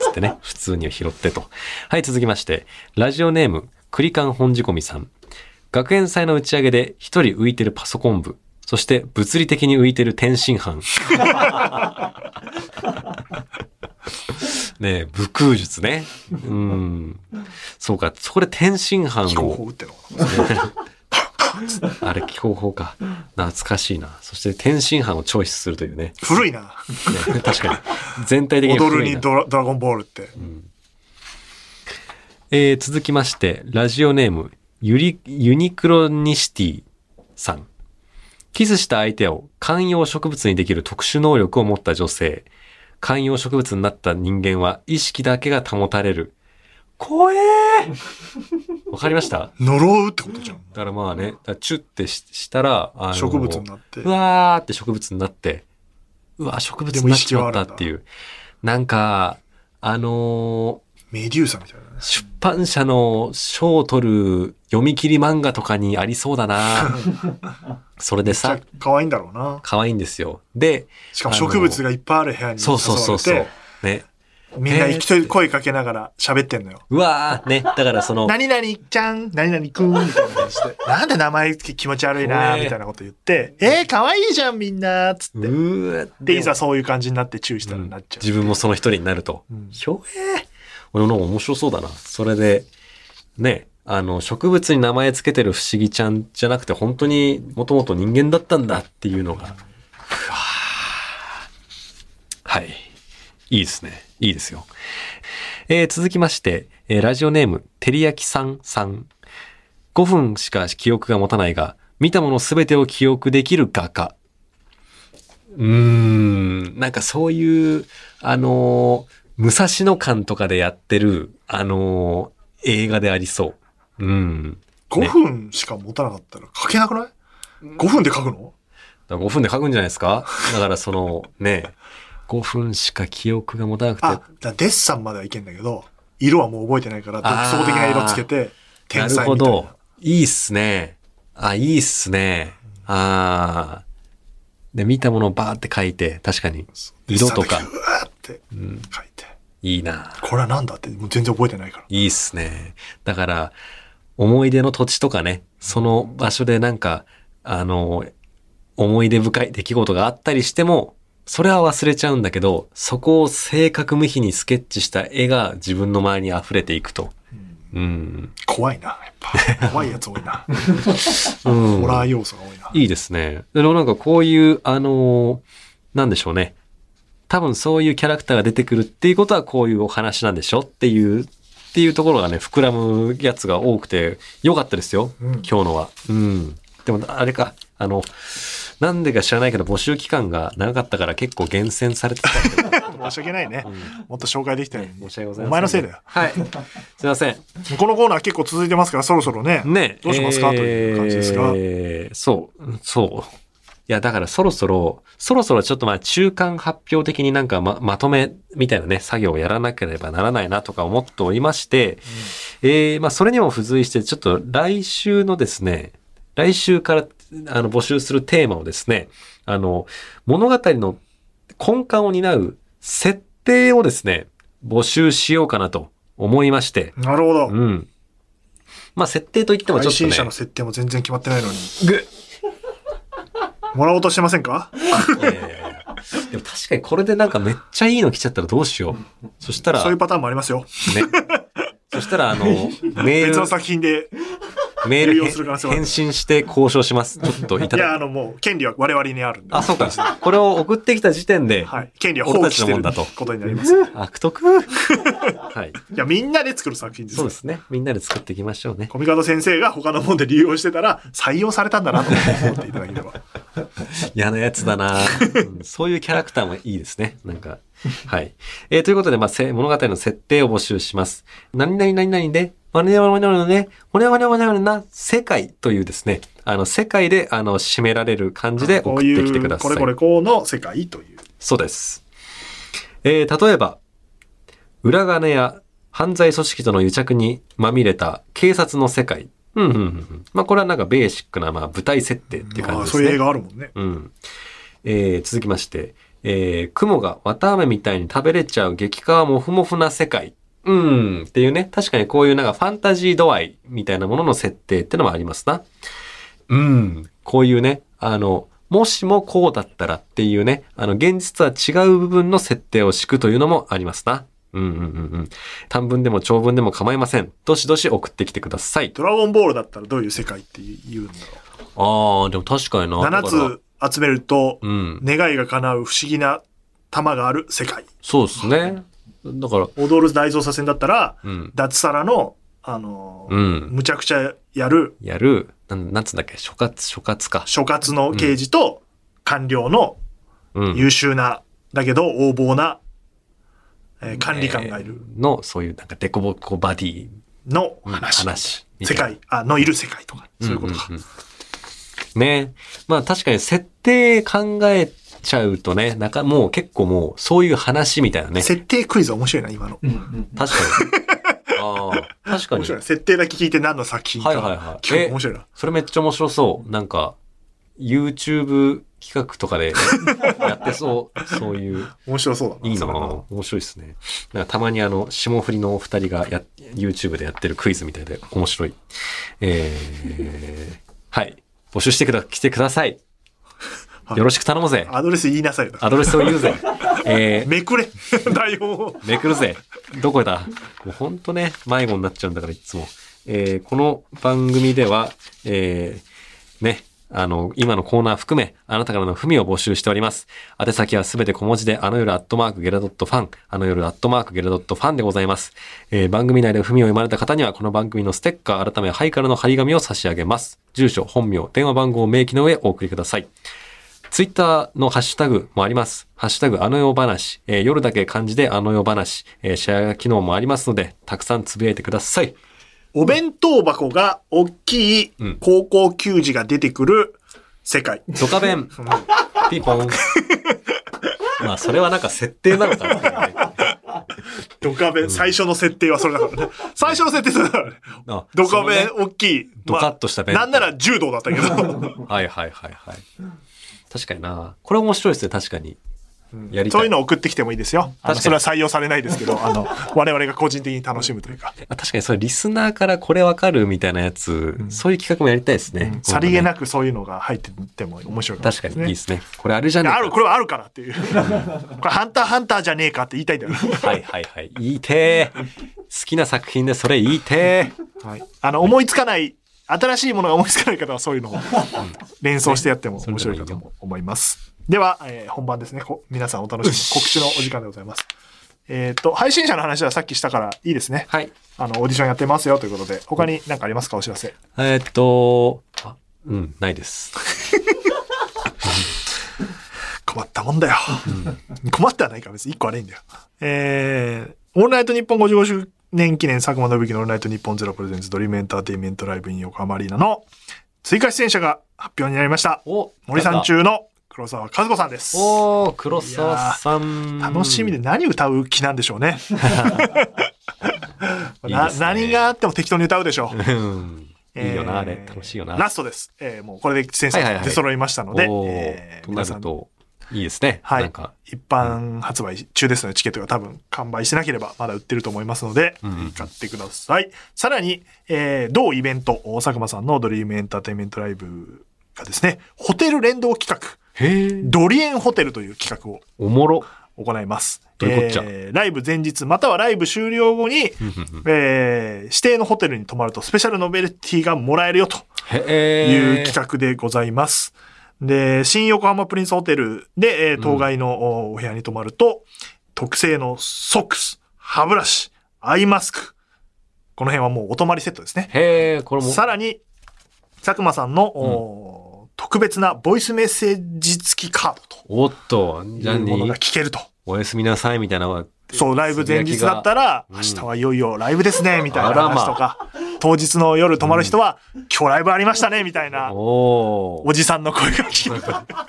Speaker 2: つってね、普通にを拾ってと。はい、続きまして、ラジオネーム、栗館本仕込みさん。学園祭の打ち上げで一人浮いてるパソコン部。そして物理的に浮いてる天 津飯。ねえ、武空術ね。うん。そうか、そこで天津
Speaker 1: 気
Speaker 2: 飯
Speaker 1: 候
Speaker 2: を
Speaker 1: 法打ってんのかな
Speaker 2: あれ、気候法か。懐かしいな。そして、天津飯をチョイスするというね。
Speaker 1: 古いな。
Speaker 2: ね確かに。全体的に
Speaker 1: 踊る
Speaker 2: 古いな
Speaker 1: にドラドラゴンボールって。
Speaker 2: えー続きまして、ラジオネーム、ユリユニクロニシティさん。キスした相手を観葉植物にできる特殊能力を持った女性。観葉植物になった人間は意識だけが保たれる。怖 えーわかりました
Speaker 1: 呪うってことじゃん。
Speaker 2: だからまあね、だからチュってししたら、あの
Speaker 1: 植物になって
Speaker 2: う。わーって植物になって、うわー植物になっちまったっていう。なんか、あの
Speaker 1: メデューサみたいな
Speaker 2: ー出版社の賞を取る読み切り漫画とかにありそう だなそれで
Speaker 1: ね
Speaker 2: さ。、
Speaker 1: 可愛いんだろうな。
Speaker 2: 可愛いんですよ。で、
Speaker 1: しかも植物がいっぱいある部屋に誘
Speaker 2: そ
Speaker 1: わ
Speaker 2: うそうそう
Speaker 1: れ
Speaker 2: そう
Speaker 1: て、。
Speaker 2: ね。
Speaker 1: みんな一人声かけながら喋ってんのよ。
Speaker 2: うわーね。だからその、
Speaker 1: 何々ちゃん、何々くんみたいな感じ で、なんで名前気持ち悪いな、
Speaker 2: ね
Speaker 1: みたいなこと言って、えー、可愛いじゃんみんな、つ
Speaker 2: う
Speaker 1: って。
Speaker 2: ー
Speaker 1: で、いざそういう感じになって注意したら
Speaker 2: うん
Speaker 1: なっちゃう。
Speaker 2: 自分もその一人になると。
Speaker 1: うん
Speaker 2: ひょえー俺の方が面白そうだな。それで、ね、あの、植物に名前つけてる不思議ちゃんじゃなくて、本当にもともと人間だったんだっていうのが、うわーはい。いいですね。いいですよ。えー続きまして、えーラジオネーム、てりやきさんさん。5分しか記憶が持たないが、見たものすべてを記憶できる画家。うーん、なんかそういう、あのー武蔵野館とかでやってる、あのー映画でありそう。うん。
Speaker 1: 5分しか持たなかったら書けなくない ?5 分で書くの
Speaker 2: だから5分で書くんじゃないですかだからその、ね、5分しか記憶が持たなくて
Speaker 1: あ、だからデッサンまではいけんだけど、色はもう覚えてないから、独
Speaker 2: あー
Speaker 1: 創的な色つけて、
Speaker 2: な
Speaker 1: 天
Speaker 2: る
Speaker 1: 才
Speaker 2: ほ
Speaker 1: みたいな。
Speaker 2: ど。いいっすね。あ、いいっすね。ああ。で、見たものをバーって書いて、確かに。
Speaker 1: デッサン
Speaker 2: 色とか
Speaker 1: だけうわーって
Speaker 2: うん、
Speaker 1: 書いて。
Speaker 2: いいな。
Speaker 1: これはなんだって、もう全然覚えてないから。
Speaker 2: いいっすね。だから、思い出の土地とかね、その場所でなんか、あの、思い出深い出来事があったりしても、それは忘れちゃうんだけど、そこを正確無比にスケッチした絵が自分の周りに溢れていくと。うん。
Speaker 1: 怖いな、やっぱ。怖いやつ多いな。
Speaker 2: うん
Speaker 1: ホラー要素が多いな。
Speaker 2: いいですね。でもなんかこういう、あのーなんでしょうね。多分そういうキャラクターが出てくるっていうことはこういうお話なんでしょっていう、っていうところがね、膨らむやつが多くて、良かったですよ。
Speaker 1: うん
Speaker 2: 今日のは。うん。でも、あれか、あの、なんでか知らないけど募集期間が長かったから結構厳選されてたけど。
Speaker 1: 申し訳ないね
Speaker 2: う。ん
Speaker 1: もっと紹介できたのに。
Speaker 2: 申し訳ござ いません。
Speaker 1: お前のせいだよ。
Speaker 2: はい。すいません。
Speaker 1: このコーナー結構続いてますから、そろそろね。
Speaker 2: ね
Speaker 1: どうしますか
Speaker 2: えー
Speaker 1: という感じですが
Speaker 2: そう、そう。いや、だからそろそろ、そろそろちょっとまあ中間発表的になんかま、まとめみたいなね、作業をやらなければならないなとか思っておりまして、えーまあそれにも付随して、ちょっと来週のですね、来週からあの募集するテーマをですね、あの、物語の根幹を担う設定をですね、募集しようかなと思いまして、
Speaker 1: なるほど。
Speaker 2: うん。まあ設定といってもち
Speaker 1: 配
Speaker 2: ょっと
Speaker 1: 信
Speaker 2: ね。
Speaker 1: 者の設定も全然決まってないのに。
Speaker 2: ぐ
Speaker 1: もらおうとしてませんか
Speaker 2: いやいやいやでも確かにこれでなんかめっちゃいいの来ちゃったらどうしよう。そしたら、
Speaker 1: そういう
Speaker 2: ね。
Speaker 1: パターンもありますよ。
Speaker 2: そしたら、あ の、メー
Speaker 1: 別の
Speaker 2: ル、
Speaker 1: 作品で。
Speaker 2: メール
Speaker 1: 有用
Speaker 2: へ
Speaker 1: する可能性はある
Speaker 2: 返信して交渉します。ちょっといた
Speaker 1: いや、
Speaker 2: だ
Speaker 1: あ
Speaker 2: き。
Speaker 1: の、もう、権利は我々に あるんで。
Speaker 2: あ、そうか。これを送ってきた時点で、
Speaker 1: はい。権利は放棄してる
Speaker 2: 俺たちのもんだと
Speaker 1: ことになります。い
Speaker 2: 悪 徳。はい。
Speaker 1: や、みんなで作る作品です
Speaker 2: そ
Speaker 1: よ
Speaker 2: うですね。みんなで作っていきましょうね。
Speaker 1: コミカド先生が他のもんで利用してたら採用されたんだなと思っていただけれ ば。
Speaker 2: 嫌なやつだな、うんそういうキャラクターもいいですね。なんか。はい。えーということで、まあ、せ物語の設定を募集します。何々何々で、我々我々のね、ほねほねほねほねな世界というですね、あの、世界で、あの、締められる感じで
Speaker 1: こ
Speaker 2: 送っ
Speaker 1: う
Speaker 2: て
Speaker 1: い
Speaker 2: きてくだ
Speaker 1: う、
Speaker 2: さ
Speaker 1: こ
Speaker 2: い。
Speaker 1: れこれこうの世界という。
Speaker 2: そうです。えー例えば、裏金や犯罪組織との癒着にまみれた警察の世界。うんうんうんうん。まあ、これはなんかベーシックな、まあ、舞台設定っていう
Speaker 1: ま
Speaker 2: 感
Speaker 1: あ
Speaker 2: じです
Speaker 1: そう
Speaker 2: ね。
Speaker 1: いう映画あるもんね。
Speaker 2: うん。えー続きまして、えー雲が綿飴みたいに食べれちゃう激化もふもふな世界。うん。っていうね、確かにこういうなんかファンタジー度合いみたいなものの設定ってのもありますな。うん。こういうね、あの、もしもこうだったらっていうね、あの、現実とは違う部分の設定を敷くというのもありますな。うんうんうんうん。短文でも長文でも構いません。どしどし送ってきてください。
Speaker 1: ドラゴンボールだったらどういう世界って言うんだ
Speaker 2: ああ、でも確かにな。
Speaker 1: ろう。
Speaker 2: だから
Speaker 1: 7つ集めると、
Speaker 2: うん。
Speaker 1: 願いが叶う不思議な玉がある世界。
Speaker 2: そうですね。だから、
Speaker 1: 踊る大捜査線だったら、
Speaker 2: うん。
Speaker 1: 脱サラの、あのー
Speaker 2: うん。
Speaker 1: むちゃくちゃやる
Speaker 2: やる、なん、なんつうんだっけ、諸葛、諸葛か。
Speaker 1: 所轄の刑事と官僚の
Speaker 2: うん。
Speaker 1: 優秀な、だけど横暴な、えー管理官がいる
Speaker 2: えーの、そういうなんかデコボコバディ
Speaker 1: の
Speaker 2: うん
Speaker 1: 話。
Speaker 2: 話みた
Speaker 1: 世
Speaker 2: いな。
Speaker 1: 界、あ、のいる世界とか、そういうことか。
Speaker 2: んんうんねまあ確かに設定考えちゃうとね、なんかもう結構もうそういう話みたいなね。
Speaker 1: 設定クイズ面白いな、今の。
Speaker 3: うんうん
Speaker 2: 確か に。ああ、確か
Speaker 1: 面
Speaker 2: に。
Speaker 1: 白いな。設定だけ聞いて何の作品か。
Speaker 2: はいはいはい
Speaker 1: 聞く
Speaker 2: え
Speaker 1: の面白いな。
Speaker 2: それめっちゃ面白そう。なんか、YouTube 企画とかでやってそう。そういう、
Speaker 1: 面白そうだな。
Speaker 2: いいな
Speaker 1: それな
Speaker 2: 面白いですね。なんかたまにあの、霜降りのお二人がや、YouTube でやってるクイズみたいで面白い。えー、はい。募集してくだ、来てください。
Speaker 1: はい
Speaker 2: よろしく頼むぜ。
Speaker 1: アドレス言いなさいよ。
Speaker 2: アドレスを言うぜ。え
Speaker 1: めくれ 台本を。
Speaker 2: ー、めくるぜ。どこだもうほんとね、迷子になっちゃうんだからいつも。えー、この番組では、えー、ね、あの、今のコーナー含め、あなたからの文を募集しております。宛先はすべて小文字で、あの夜アットマークゲラドットファン、あの夜アットマークゲラドットファンでございます。えー、番組内で文を読まれた方には、この番組のステッカー、改めハイカラの張り紙を差し上げます。住所、本名、電話番号を明記の上お送りください。ツイッターのハッシュタグもあります。ハッシュタグあの世話、えー夜だけ漢字であの世話、えーシェア機能もありますので、たくさんつぶやいてください。
Speaker 1: お弁当箱が大きい
Speaker 2: うん
Speaker 1: 高校球児が出てくる世界。
Speaker 2: ド カベン、ピンポン。まあ、それはなんか設定なのかなっていうね、
Speaker 1: ドカベン、最初の設定はそれだからね。最初の設定それだからね。
Speaker 2: あ
Speaker 1: ドカベン
Speaker 2: そのね
Speaker 1: 大きい。
Speaker 2: ドカッ
Speaker 1: ま
Speaker 2: とした
Speaker 1: あ、
Speaker 2: 弁当
Speaker 1: なんなら柔道だったけ ど。
Speaker 2: はいはいはいはい。確かにな。これ面白いですね、確かに。やりた
Speaker 1: そ
Speaker 2: い。
Speaker 1: ういうの送ってきてもいいですよ。あ
Speaker 2: 確か
Speaker 1: の
Speaker 2: に
Speaker 1: それは採用されないですけど、あの、我々が個人的に楽しむというか。
Speaker 2: あ確かに、それリスナーからこれわかるみたいなやつ、そういう企画もやりたいですね。
Speaker 1: うんさりげ
Speaker 2: な
Speaker 1: なくそういうのが入ってても面白いも
Speaker 2: 確
Speaker 1: し
Speaker 2: か
Speaker 1: れ
Speaker 2: に
Speaker 1: ない
Speaker 2: い
Speaker 1: で
Speaker 2: です
Speaker 1: ね
Speaker 2: すね。これあるじゃねえか
Speaker 1: ある、これはあるからっていう。 これ、ハンターハンターじゃねえかって言いたいんだよね。
Speaker 2: はいはいはい。言いてー好きな作品でそれ言いてー
Speaker 1: はい、あの思いつかない新しいものが思いつかない方はそういう のを連想してやっても面白いかと思います。では、えー本番ですねこ皆さんお楽しみに告知のお時間でございます。えっ、と配信者の話はさっきしたからいいですね。
Speaker 2: はい。
Speaker 1: あのオーディションやってますよということで他に何かありますかお知らせ。
Speaker 2: えーっと、あうん、ないです。
Speaker 1: 困ったもんだよ。困ってはないから別に一個悪いんだよ。えー、オールナイト日本55周年記念佐久間信之のオールナイト日本ゼロプレゼンツドリームエンターテインメントライブイン横浜アリーナの追加出演者が発表になりました。
Speaker 2: お
Speaker 1: 森さん。中の黒沢和子さんです。
Speaker 2: おー、黒沢さん。
Speaker 1: 楽しみで。何歌う気なんでしょう ね。
Speaker 2: いい
Speaker 1: な
Speaker 2: ですね
Speaker 1: 何があっても適当に歌うでしょう。
Speaker 2: うん。いいよな、あ
Speaker 1: え
Speaker 2: れ。
Speaker 1: ー
Speaker 2: 楽しいよな。
Speaker 1: ラストです。えーもうこれで先生
Speaker 2: はいはいはい
Speaker 1: 出揃いましたの
Speaker 2: お
Speaker 1: で、
Speaker 2: ー
Speaker 1: えー
Speaker 2: とな
Speaker 1: 皆さ
Speaker 2: る
Speaker 1: ん
Speaker 2: と、いいですね。
Speaker 1: はい
Speaker 2: なんか、
Speaker 1: 一般発売中ですので、チケットが多分完売してなければまだ売ってると思いますので、
Speaker 2: うん
Speaker 1: 買ってください。さらに、えー同イベント、佐久間さんのドリームエンターテインメントライブがですね、ホテル連動企画、
Speaker 2: へえ。
Speaker 1: ドリエンホテルという企画を
Speaker 2: おもろ。
Speaker 1: 行います。
Speaker 2: どういうこっちゃ
Speaker 1: えーライブ前日、またはライブ終了後に、えー指定のホテルに泊まるとスペシャルノベルティがもらえるよとい
Speaker 2: へ
Speaker 1: う
Speaker 2: え。
Speaker 1: 企画でございます。で、新横浜プリンスホテルで、えー当該のおお部屋に泊まると、特製のソックス、歯ブラシ、アイマスク。この辺はもうお泊まりセットですね。
Speaker 2: へえ、これも。
Speaker 1: さらに、佐久間さんの、お特別なボイスメッセージ付きカードと
Speaker 2: おっと、じゃあ
Speaker 1: いうもの
Speaker 2: に
Speaker 1: が、聞けると。
Speaker 2: おやすみなさいみたいなのが。
Speaker 1: そう、ライブ前日だったら、明日はいよいよライブですね、みたいな話とか、当日の夜泊まる人は、今日ライブありましたね、みたいな、
Speaker 2: おー
Speaker 1: おじさんの声が聞ける。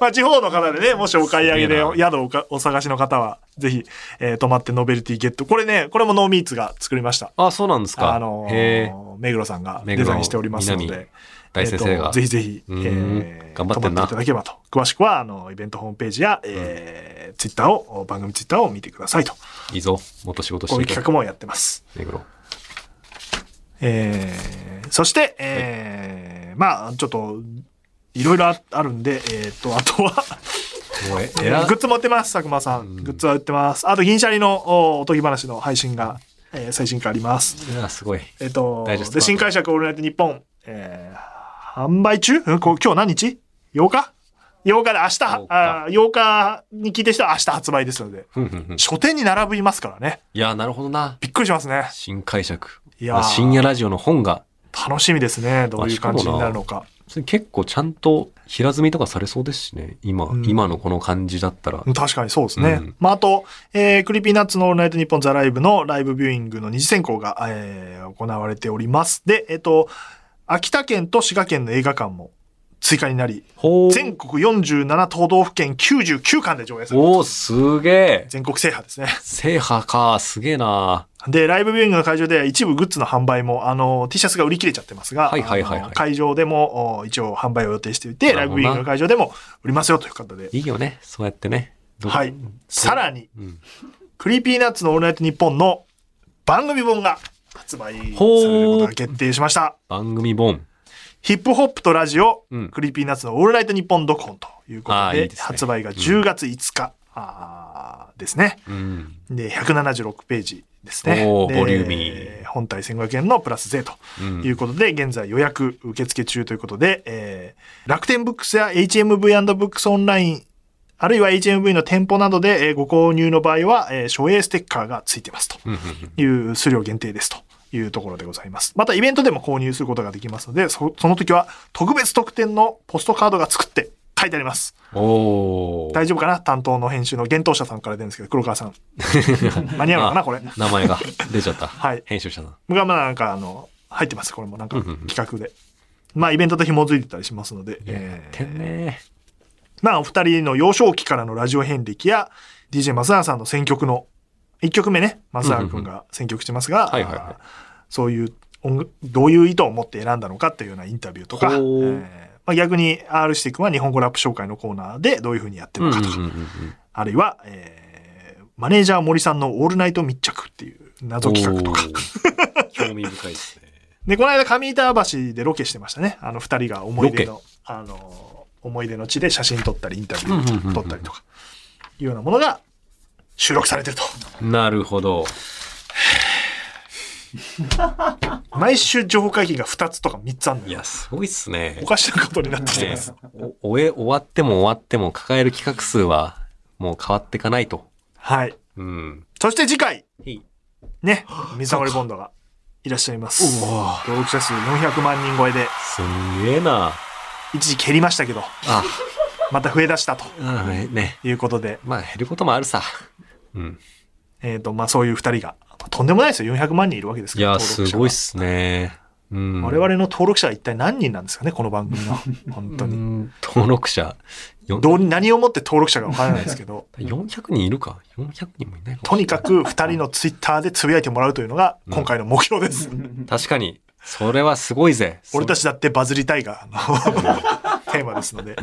Speaker 1: まあ、地方の方でね、もしお買い上げで
Speaker 2: そうだ
Speaker 1: 宿をおかお探しの方は、ぜひ、えー泊まってノベルティゲット。これね、これもノーミーツが作りました。
Speaker 2: あ、そうなんですか。
Speaker 1: あの
Speaker 2: へえ。
Speaker 1: ー、目黒さんが
Speaker 2: 目
Speaker 1: デ
Speaker 2: 黒
Speaker 1: ザインしておりますの
Speaker 2: 南
Speaker 1: で。
Speaker 2: 大先生
Speaker 1: えー
Speaker 2: が
Speaker 1: と。ぜひぜひ、え
Speaker 2: うん
Speaker 1: ー、
Speaker 2: 頑張ってんな
Speaker 1: 頑張いただければと。詳しくは、あの、イベントホームページや、えー、ツイッターを、番組ツイッターを見てくださいと。
Speaker 2: いいぞ。もっと仕事し
Speaker 1: こうい
Speaker 2: ていうけ
Speaker 1: 企画もやってます。
Speaker 2: 目黒。
Speaker 1: えー、そして、えー、まあ、ちょっと、いろいろああるんで、えっ、と、あとは、
Speaker 2: もうえ、
Speaker 1: グ
Speaker 2: えら
Speaker 1: ッズも売ってます、佐久間さん。グッズは売ってます。あと、銀シャリのおおとぎ話の配信が、えー最新回あります。
Speaker 2: いやすごい。
Speaker 1: えっと、
Speaker 2: ダイジェスト
Speaker 1: で、新解釈オールナイト日本、えー、販売中、うん、こう今日何日 ?8 日 ?8 日で明日、
Speaker 2: 8日
Speaker 1: あー 8, 日に聞いてる人は明日発売ですので、
Speaker 2: ふんふんふん
Speaker 1: 書店に並びますからね。
Speaker 2: いや、なるほどな。
Speaker 1: びっくりしますね。
Speaker 2: 新解釈。
Speaker 1: いやー
Speaker 2: 深夜ラジオの本が。
Speaker 1: 楽しみですね。どういう感じになるのか。
Speaker 2: それ結構ちゃんと平積みとかされそうですしね。今、
Speaker 1: うん
Speaker 2: 今のこの感じだったら。
Speaker 1: 確かにそうですね。
Speaker 2: うん
Speaker 1: まあ、あと、えー、クリーピーナッツのオールナイトニッポンザライブのライブビューイングの二次選考が、えー行われております。で、えっ、と、秋田県と滋賀県の映画館も追加になり、
Speaker 2: ほう。
Speaker 1: 全国47都道府県99館で上映される。
Speaker 2: おー、すげえ。
Speaker 1: 全国制覇ですね。
Speaker 2: 制覇か、すげえな。
Speaker 1: で、ライブビューイングの会場では一部グッズの販売も、あの、T シャツが売り切れちゃってますが、
Speaker 2: はいはいはいはい
Speaker 1: あの会場でもお一応販売を予定していて、ラ
Speaker 2: なる
Speaker 1: イ
Speaker 2: ほ
Speaker 1: ブ
Speaker 2: ど
Speaker 1: ビュ
Speaker 2: な
Speaker 1: ーイングの会場でも売りますよという方で。
Speaker 2: いいよね、そうやってね。ど
Speaker 1: はい。さらに、
Speaker 2: うん
Speaker 1: クリーピーナッツのオールナイトニッポンの番組本が発売されることが決定しました。
Speaker 2: 番組本。
Speaker 1: ヒップホップとラジオ、
Speaker 2: うん
Speaker 1: クリーピーナッツのオールナイトニッポン読本というこ
Speaker 2: あ
Speaker 1: と
Speaker 2: ー
Speaker 1: で、
Speaker 2: いいですね
Speaker 1: 発売が10月5日、あーですね。
Speaker 2: うん。
Speaker 1: で、176ページですね。
Speaker 2: おー
Speaker 1: で
Speaker 2: ボリューミー
Speaker 1: 本体1500円のプラス税と
Speaker 2: うん
Speaker 1: いうことで、現在予約受付中ということで、えー楽天ブックスや HMV& ブックスオンライン、あるいは HMV の店舗などでえーご購入の場合は、えー、書影ステッカーがついてますと
Speaker 2: うんうん
Speaker 1: いう数量限定ですというところでございます。またイベントでも購入することができますので、そその時は特別特典のポストカードが作って書いてあります。
Speaker 2: うんおー
Speaker 1: 大丈夫かな担当の編集の厳冬者さんから出るんですけど、黒川 さん。間に合うのかなこれ。
Speaker 2: 名前が出ちゃっ た。
Speaker 1: はい
Speaker 2: 編集者さん。
Speaker 1: 僕はまあなんかあの、入ってます。これもなんか
Speaker 2: うんうんうん
Speaker 1: 企画で。まあイベントと紐づいてたりしますので。えー
Speaker 2: てんね
Speaker 1: まあお二人の幼少期からのラジオ遍歴や、DJ 松永さんの選曲の、1曲目ね、松永くんが選曲してますが、
Speaker 2: はいはいはい
Speaker 1: そういう音楽、どういう意図を持って選んだのかっていうようなインタビューとか、え
Speaker 2: ほう
Speaker 1: ーまあ、逆に R していくんは日本語ラップ紹介のコーナーでどういうふうにやってるのかとか、
Speaker 2: うんうんうんうん
Speaker 1: あるいは、えーマネージャー森さんのオールナイト密着っていう謎企画とか、
Speaker 2: おー興味深いですね。
Speaker 1: で、この間、上板橋でロケしてましたね。あの、二人が思い出の、あの、思い出の地で写真撮ったり、インタビュ
Speaker 2: うんうんうんうん
Speaker 1: ー撮ったりとか、いうようなものが収録されてると。
Speaker 2: なるほど。
Speaker 1: 毎週情報会議が2つとか3つあるの
Speaker 2: い
Speaker 1: よ
Speaker 2: や、。すごいっすね
Speaker 1: お。かしなことになってきてま
Speaker 2: ね
Speaker 1: す。
Speaker 2: お終え、終わっても終わっても抱える企画数はもう変わっていかないと。
Speaker 1: はい。
Speaker 2: うん。
Speaker 1: そして次回、
Speaker 2: はい
Speaker 1: ね、水溜りボンドがいらっしゃいます。
Speaker 2: うわ
Speaker 1: 登録者数400万人超えです
Speaker 2: んげえな。
Speaker 1: 一時蹴りましたけど、
Speaker 2: あ、
Speaker 1: また増え出したと
Speaker 2: あねね。
Speaker 1: いうことで、
Speaker 2: まあ減ることもあるさ。うん。
Speaker 1: えっ、と、まあそういう2人が、とんでもないですよ。400万人いるわけです
Speaker 2: い
Speaker 1: から。
Speaker 2: や、
Speaker 1: 登録
Speaker 2: す
Speaker 1: 者が
Speaker 2: ごいっすね。うん。
Speaker 1: 我々の登録者は一体何人なんですかね、この番組 の。本当
Speaker 2: う
Speaker 1: に。
Speaker 2: ん登録者。よ
Speaker 1: どう何をもって登録者がわからないですけ ど、
Speaker 2: 400人いるか ?400 人もいないか
Speaker 1: とにかく2人のツイッターでつぶやいてもらうというのが今回の目標です。
Speaker 2: 確かに。それはすごいぜ。
Speaker 1: 俺た
Speaker 2: ち。
Speaker 1: ちだってバズりたいが、あのテーマですので。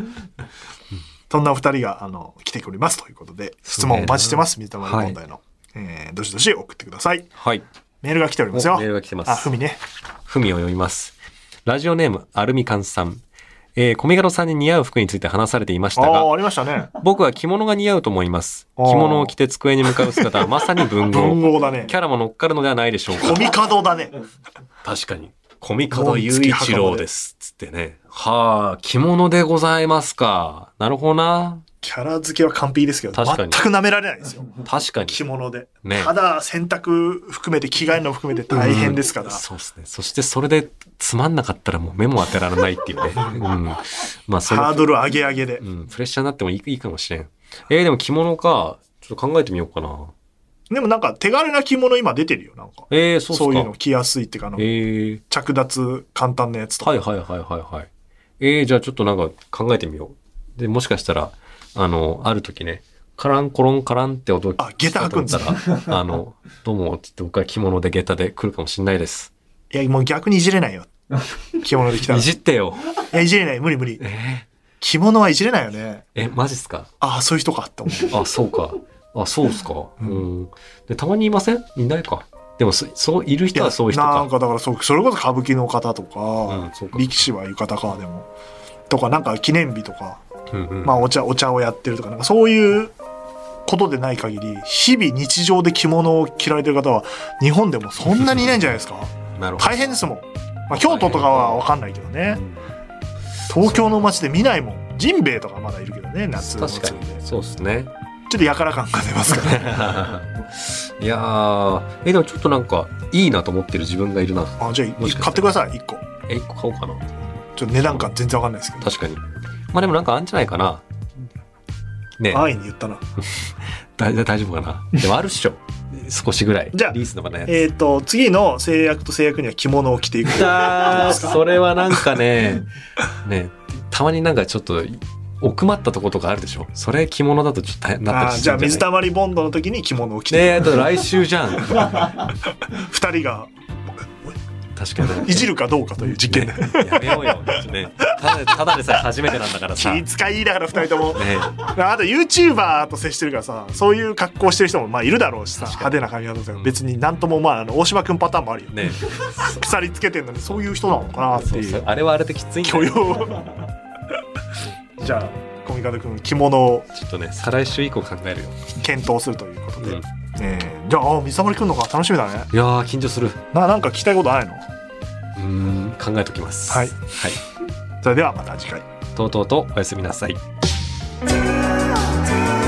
Speaker 1: そんなお二人があの来ておりますということで、質問お待ちしてます、水溜り問題の。えーどしどし送ってください。
Speaker 2: はい。
Speaker 1: メールが来ております
Speaker 2: お
Speaker 1: よ。
Speaker 2: メールが来てます
Speaker 1: あ、ふみね。
Speaker 2: ふみを読みます。ラジオネーム、アルミカンさん。えー、コミガロさんに似合う服について話されていまし
Speaker 1: あ
Speaker 2: た
Speaker 1: あー、
Speaker 2: が、
Speaker 1: ありましたね。
Speaker 2: 僕は着物が似合うと思います。
Speaker 1: あー
Speaker 2: 着物を着て机に向かう姿はまさに文
Speaker 1: 文
Speaker 2: 豪。
Speaker 1: 豪だね
Speaker 2: キ。ャラも乗っかるのではないでしょう
Speaker 1: コ
Speaker 2: か。
Speaker 1: ミカドだね。
Speaker 2: 確かに。コミカド雄一郎です。つってね。はあ、着物でございますか。なるほどな。
Speaker 1: キャラ付けは完璧ですけど、
Speaker 2: 確
Speaker 1: 全
Speaker 2: かに
Speaker 1: く舐められないですよ。
Speaker 2: 確かに。
Speaker 1: 着物で。
Speaker 2: ね
Speaker 1: ただ、洗濯含めて、着替えるの含めて大変ですから。
Speaker 2: そうですね。そしてそれでつまんなかったらもう目も当てられないっていうね。うん。まあそ
Speaker 1: ハー
Speaker 2: の、
Speaker 1: ドル上げ上げで
Speaker 2: う。ん、プレッシャーになってもいいいいかもしれん。えー、でも着物か。ちょっと考えてみようかな。
Speaker 1: でもなんか、手軽な着物今出てるよ、なんか。
Speaker 2: えー、そうっすか。
Speaker 1: そういうの着やすいっていうか、あの
Speaker 2: え、ー、
Speaker 1: 着脱簡単なやつとか。
Speaker 2: はいはいはいはいはい。えー、じゃあちょっとなんか考えてみよう。で、もしかしたら、あの、ある時ね、カランコロンカランって音
Speaker 1: あ下駄履くんです
Speaker 2: だ
Speaker 1: ね
Speaker 2: ら、あの、どうもって言って僕は着物で下駄で来るかもしれないです。
Speaker 1: いや、もう逆にいじれない よ。着物で着たら。
Speaker 2: い
Speaker 1: い
Speaker 2: じってよ。
Speaker 1: や、いじれない。無理無理
Speaker 2: え。ー、
Speaker 1: 着物はいじれないよね。
Speaker 2: え、マジっすか
Speaker 1: ああ、そういう人かって思 う。
Speaker 2: あ、そうか。あ、そうっすか。うん。で、たまにいませんいないか。でも、そそう、いる人はそういう人
Speaker 1: な
Speaker 2: か
Speaker 1: ん。かだからそう、それこそ歌舞伎の方と
Speaker 2: うん
Speaker 1: か、
Speaker 2: そうか
Speaker 1: 力士は浴衣か、でも。とか、なんか記念日とか。
Speaker 2: うんうん
Speaker 1: まあ、お茶お茶をやってるとかなんかそういうことでない限り日々日常で着物を着られてる方は日本でもそんなにいないんじゃないですか
Speaker 2: なるほど。
Speaker 1: 大変ですもん、まあ、京都とかは分かんないけどね東京の街で見ないもんジンベエとかまだいるけどね夏の
Speaker 2: 確か
Speaker 1: 祭りで
Speaker 2: に。そうっすね。
Speaker 1: ちょっとやから感が出ますから ね
Speaker 2: いやー、え、でもちょっとなんか、いいなと思ってる自分がいるな。
Speaker 1: あじゃあ
Speaker 2: もしかしたら
Speaker 1: 買ってください1個
Speaker 2: え、一個買おうか
Speaker 1: ち
Speaker 2: な。
Speaker 1: ょっと値段感全然わかんないですけど。
Speaker 2: 確かに。まあでもなんかあんじゃないかな。ね
Speaker 1: 安易に言ったな。
Speaker 2: 大大丈夫かな。でもあるっしょ。少しぐらい。
Speaker 1: じゃあ
Speaker 2: リースの場のやつ。
Speaker 1: えっ、と、次の制約と制約には着物を着ていく。
Speaker 2: あーそれはなんかね、ね、たまになんかちょっと、奥まったとことかあるでしょそれ着物だとちょっと大変なった
Speaker 1: あ
Speaker 2: り
Speaker 1: ー
Speaker 2: する
Speaker 1: じゃあ水
Speaker 2: た
Speaker 1: たまりボンドの時に着物を着
Speaker 2: ね
Speaker 1: て
Speaker 2: え、あと来週じゃん。
Speaker 1: 二人が
Speaker 2: 確かに。
Speaker 1: いじるかどうかという実験で、
Speaker 2: ねやめようよ。ね、ただただでさえ初めてなんだからさ。
Speaker 1: 気
Speaker 2: ね
Speaker 1: 使いだから二人 ともあと YouTuber と接してるからさそういう格好してる人もまあいるだろうしさ
Speaker 2: 確
Speaker 1: 派手な髪型とか
Speaker 2: うん
Speaker 1: 別になんともまああの大島君パターンもあるよね
Speaker 2: ね
Speaker 1: 鎖つけてんのにそういう人なのかなって
Speaker 2: そう
Speaker 1: い
Speaker 2: そう
Speaker 1: う
Speaker 2: あれはあれできついんだ
Speaker 1: 許
Speaker 2: よ。
Speaker 1: 容 じゃあコミカド君着物を
Speaker 2: ちょっとね、再来週以降考えるよ。
Speaker 1: 検討するということで、
Speaker 2: うん
Speaker 1: えーじゃああ水たまり来るのか楽しみだね
Speaker 2: いやー、緊張する。
Speaker 1: ななんか聞きたいことないの
Speaker 2: うーん、考えときます。
Speaker 1: はい
Speaker 2: はい。
Speaker 1: それではまた次回
Speaker 2: とうとうとおやすみなさい。
Speaker 3: 「とうとうと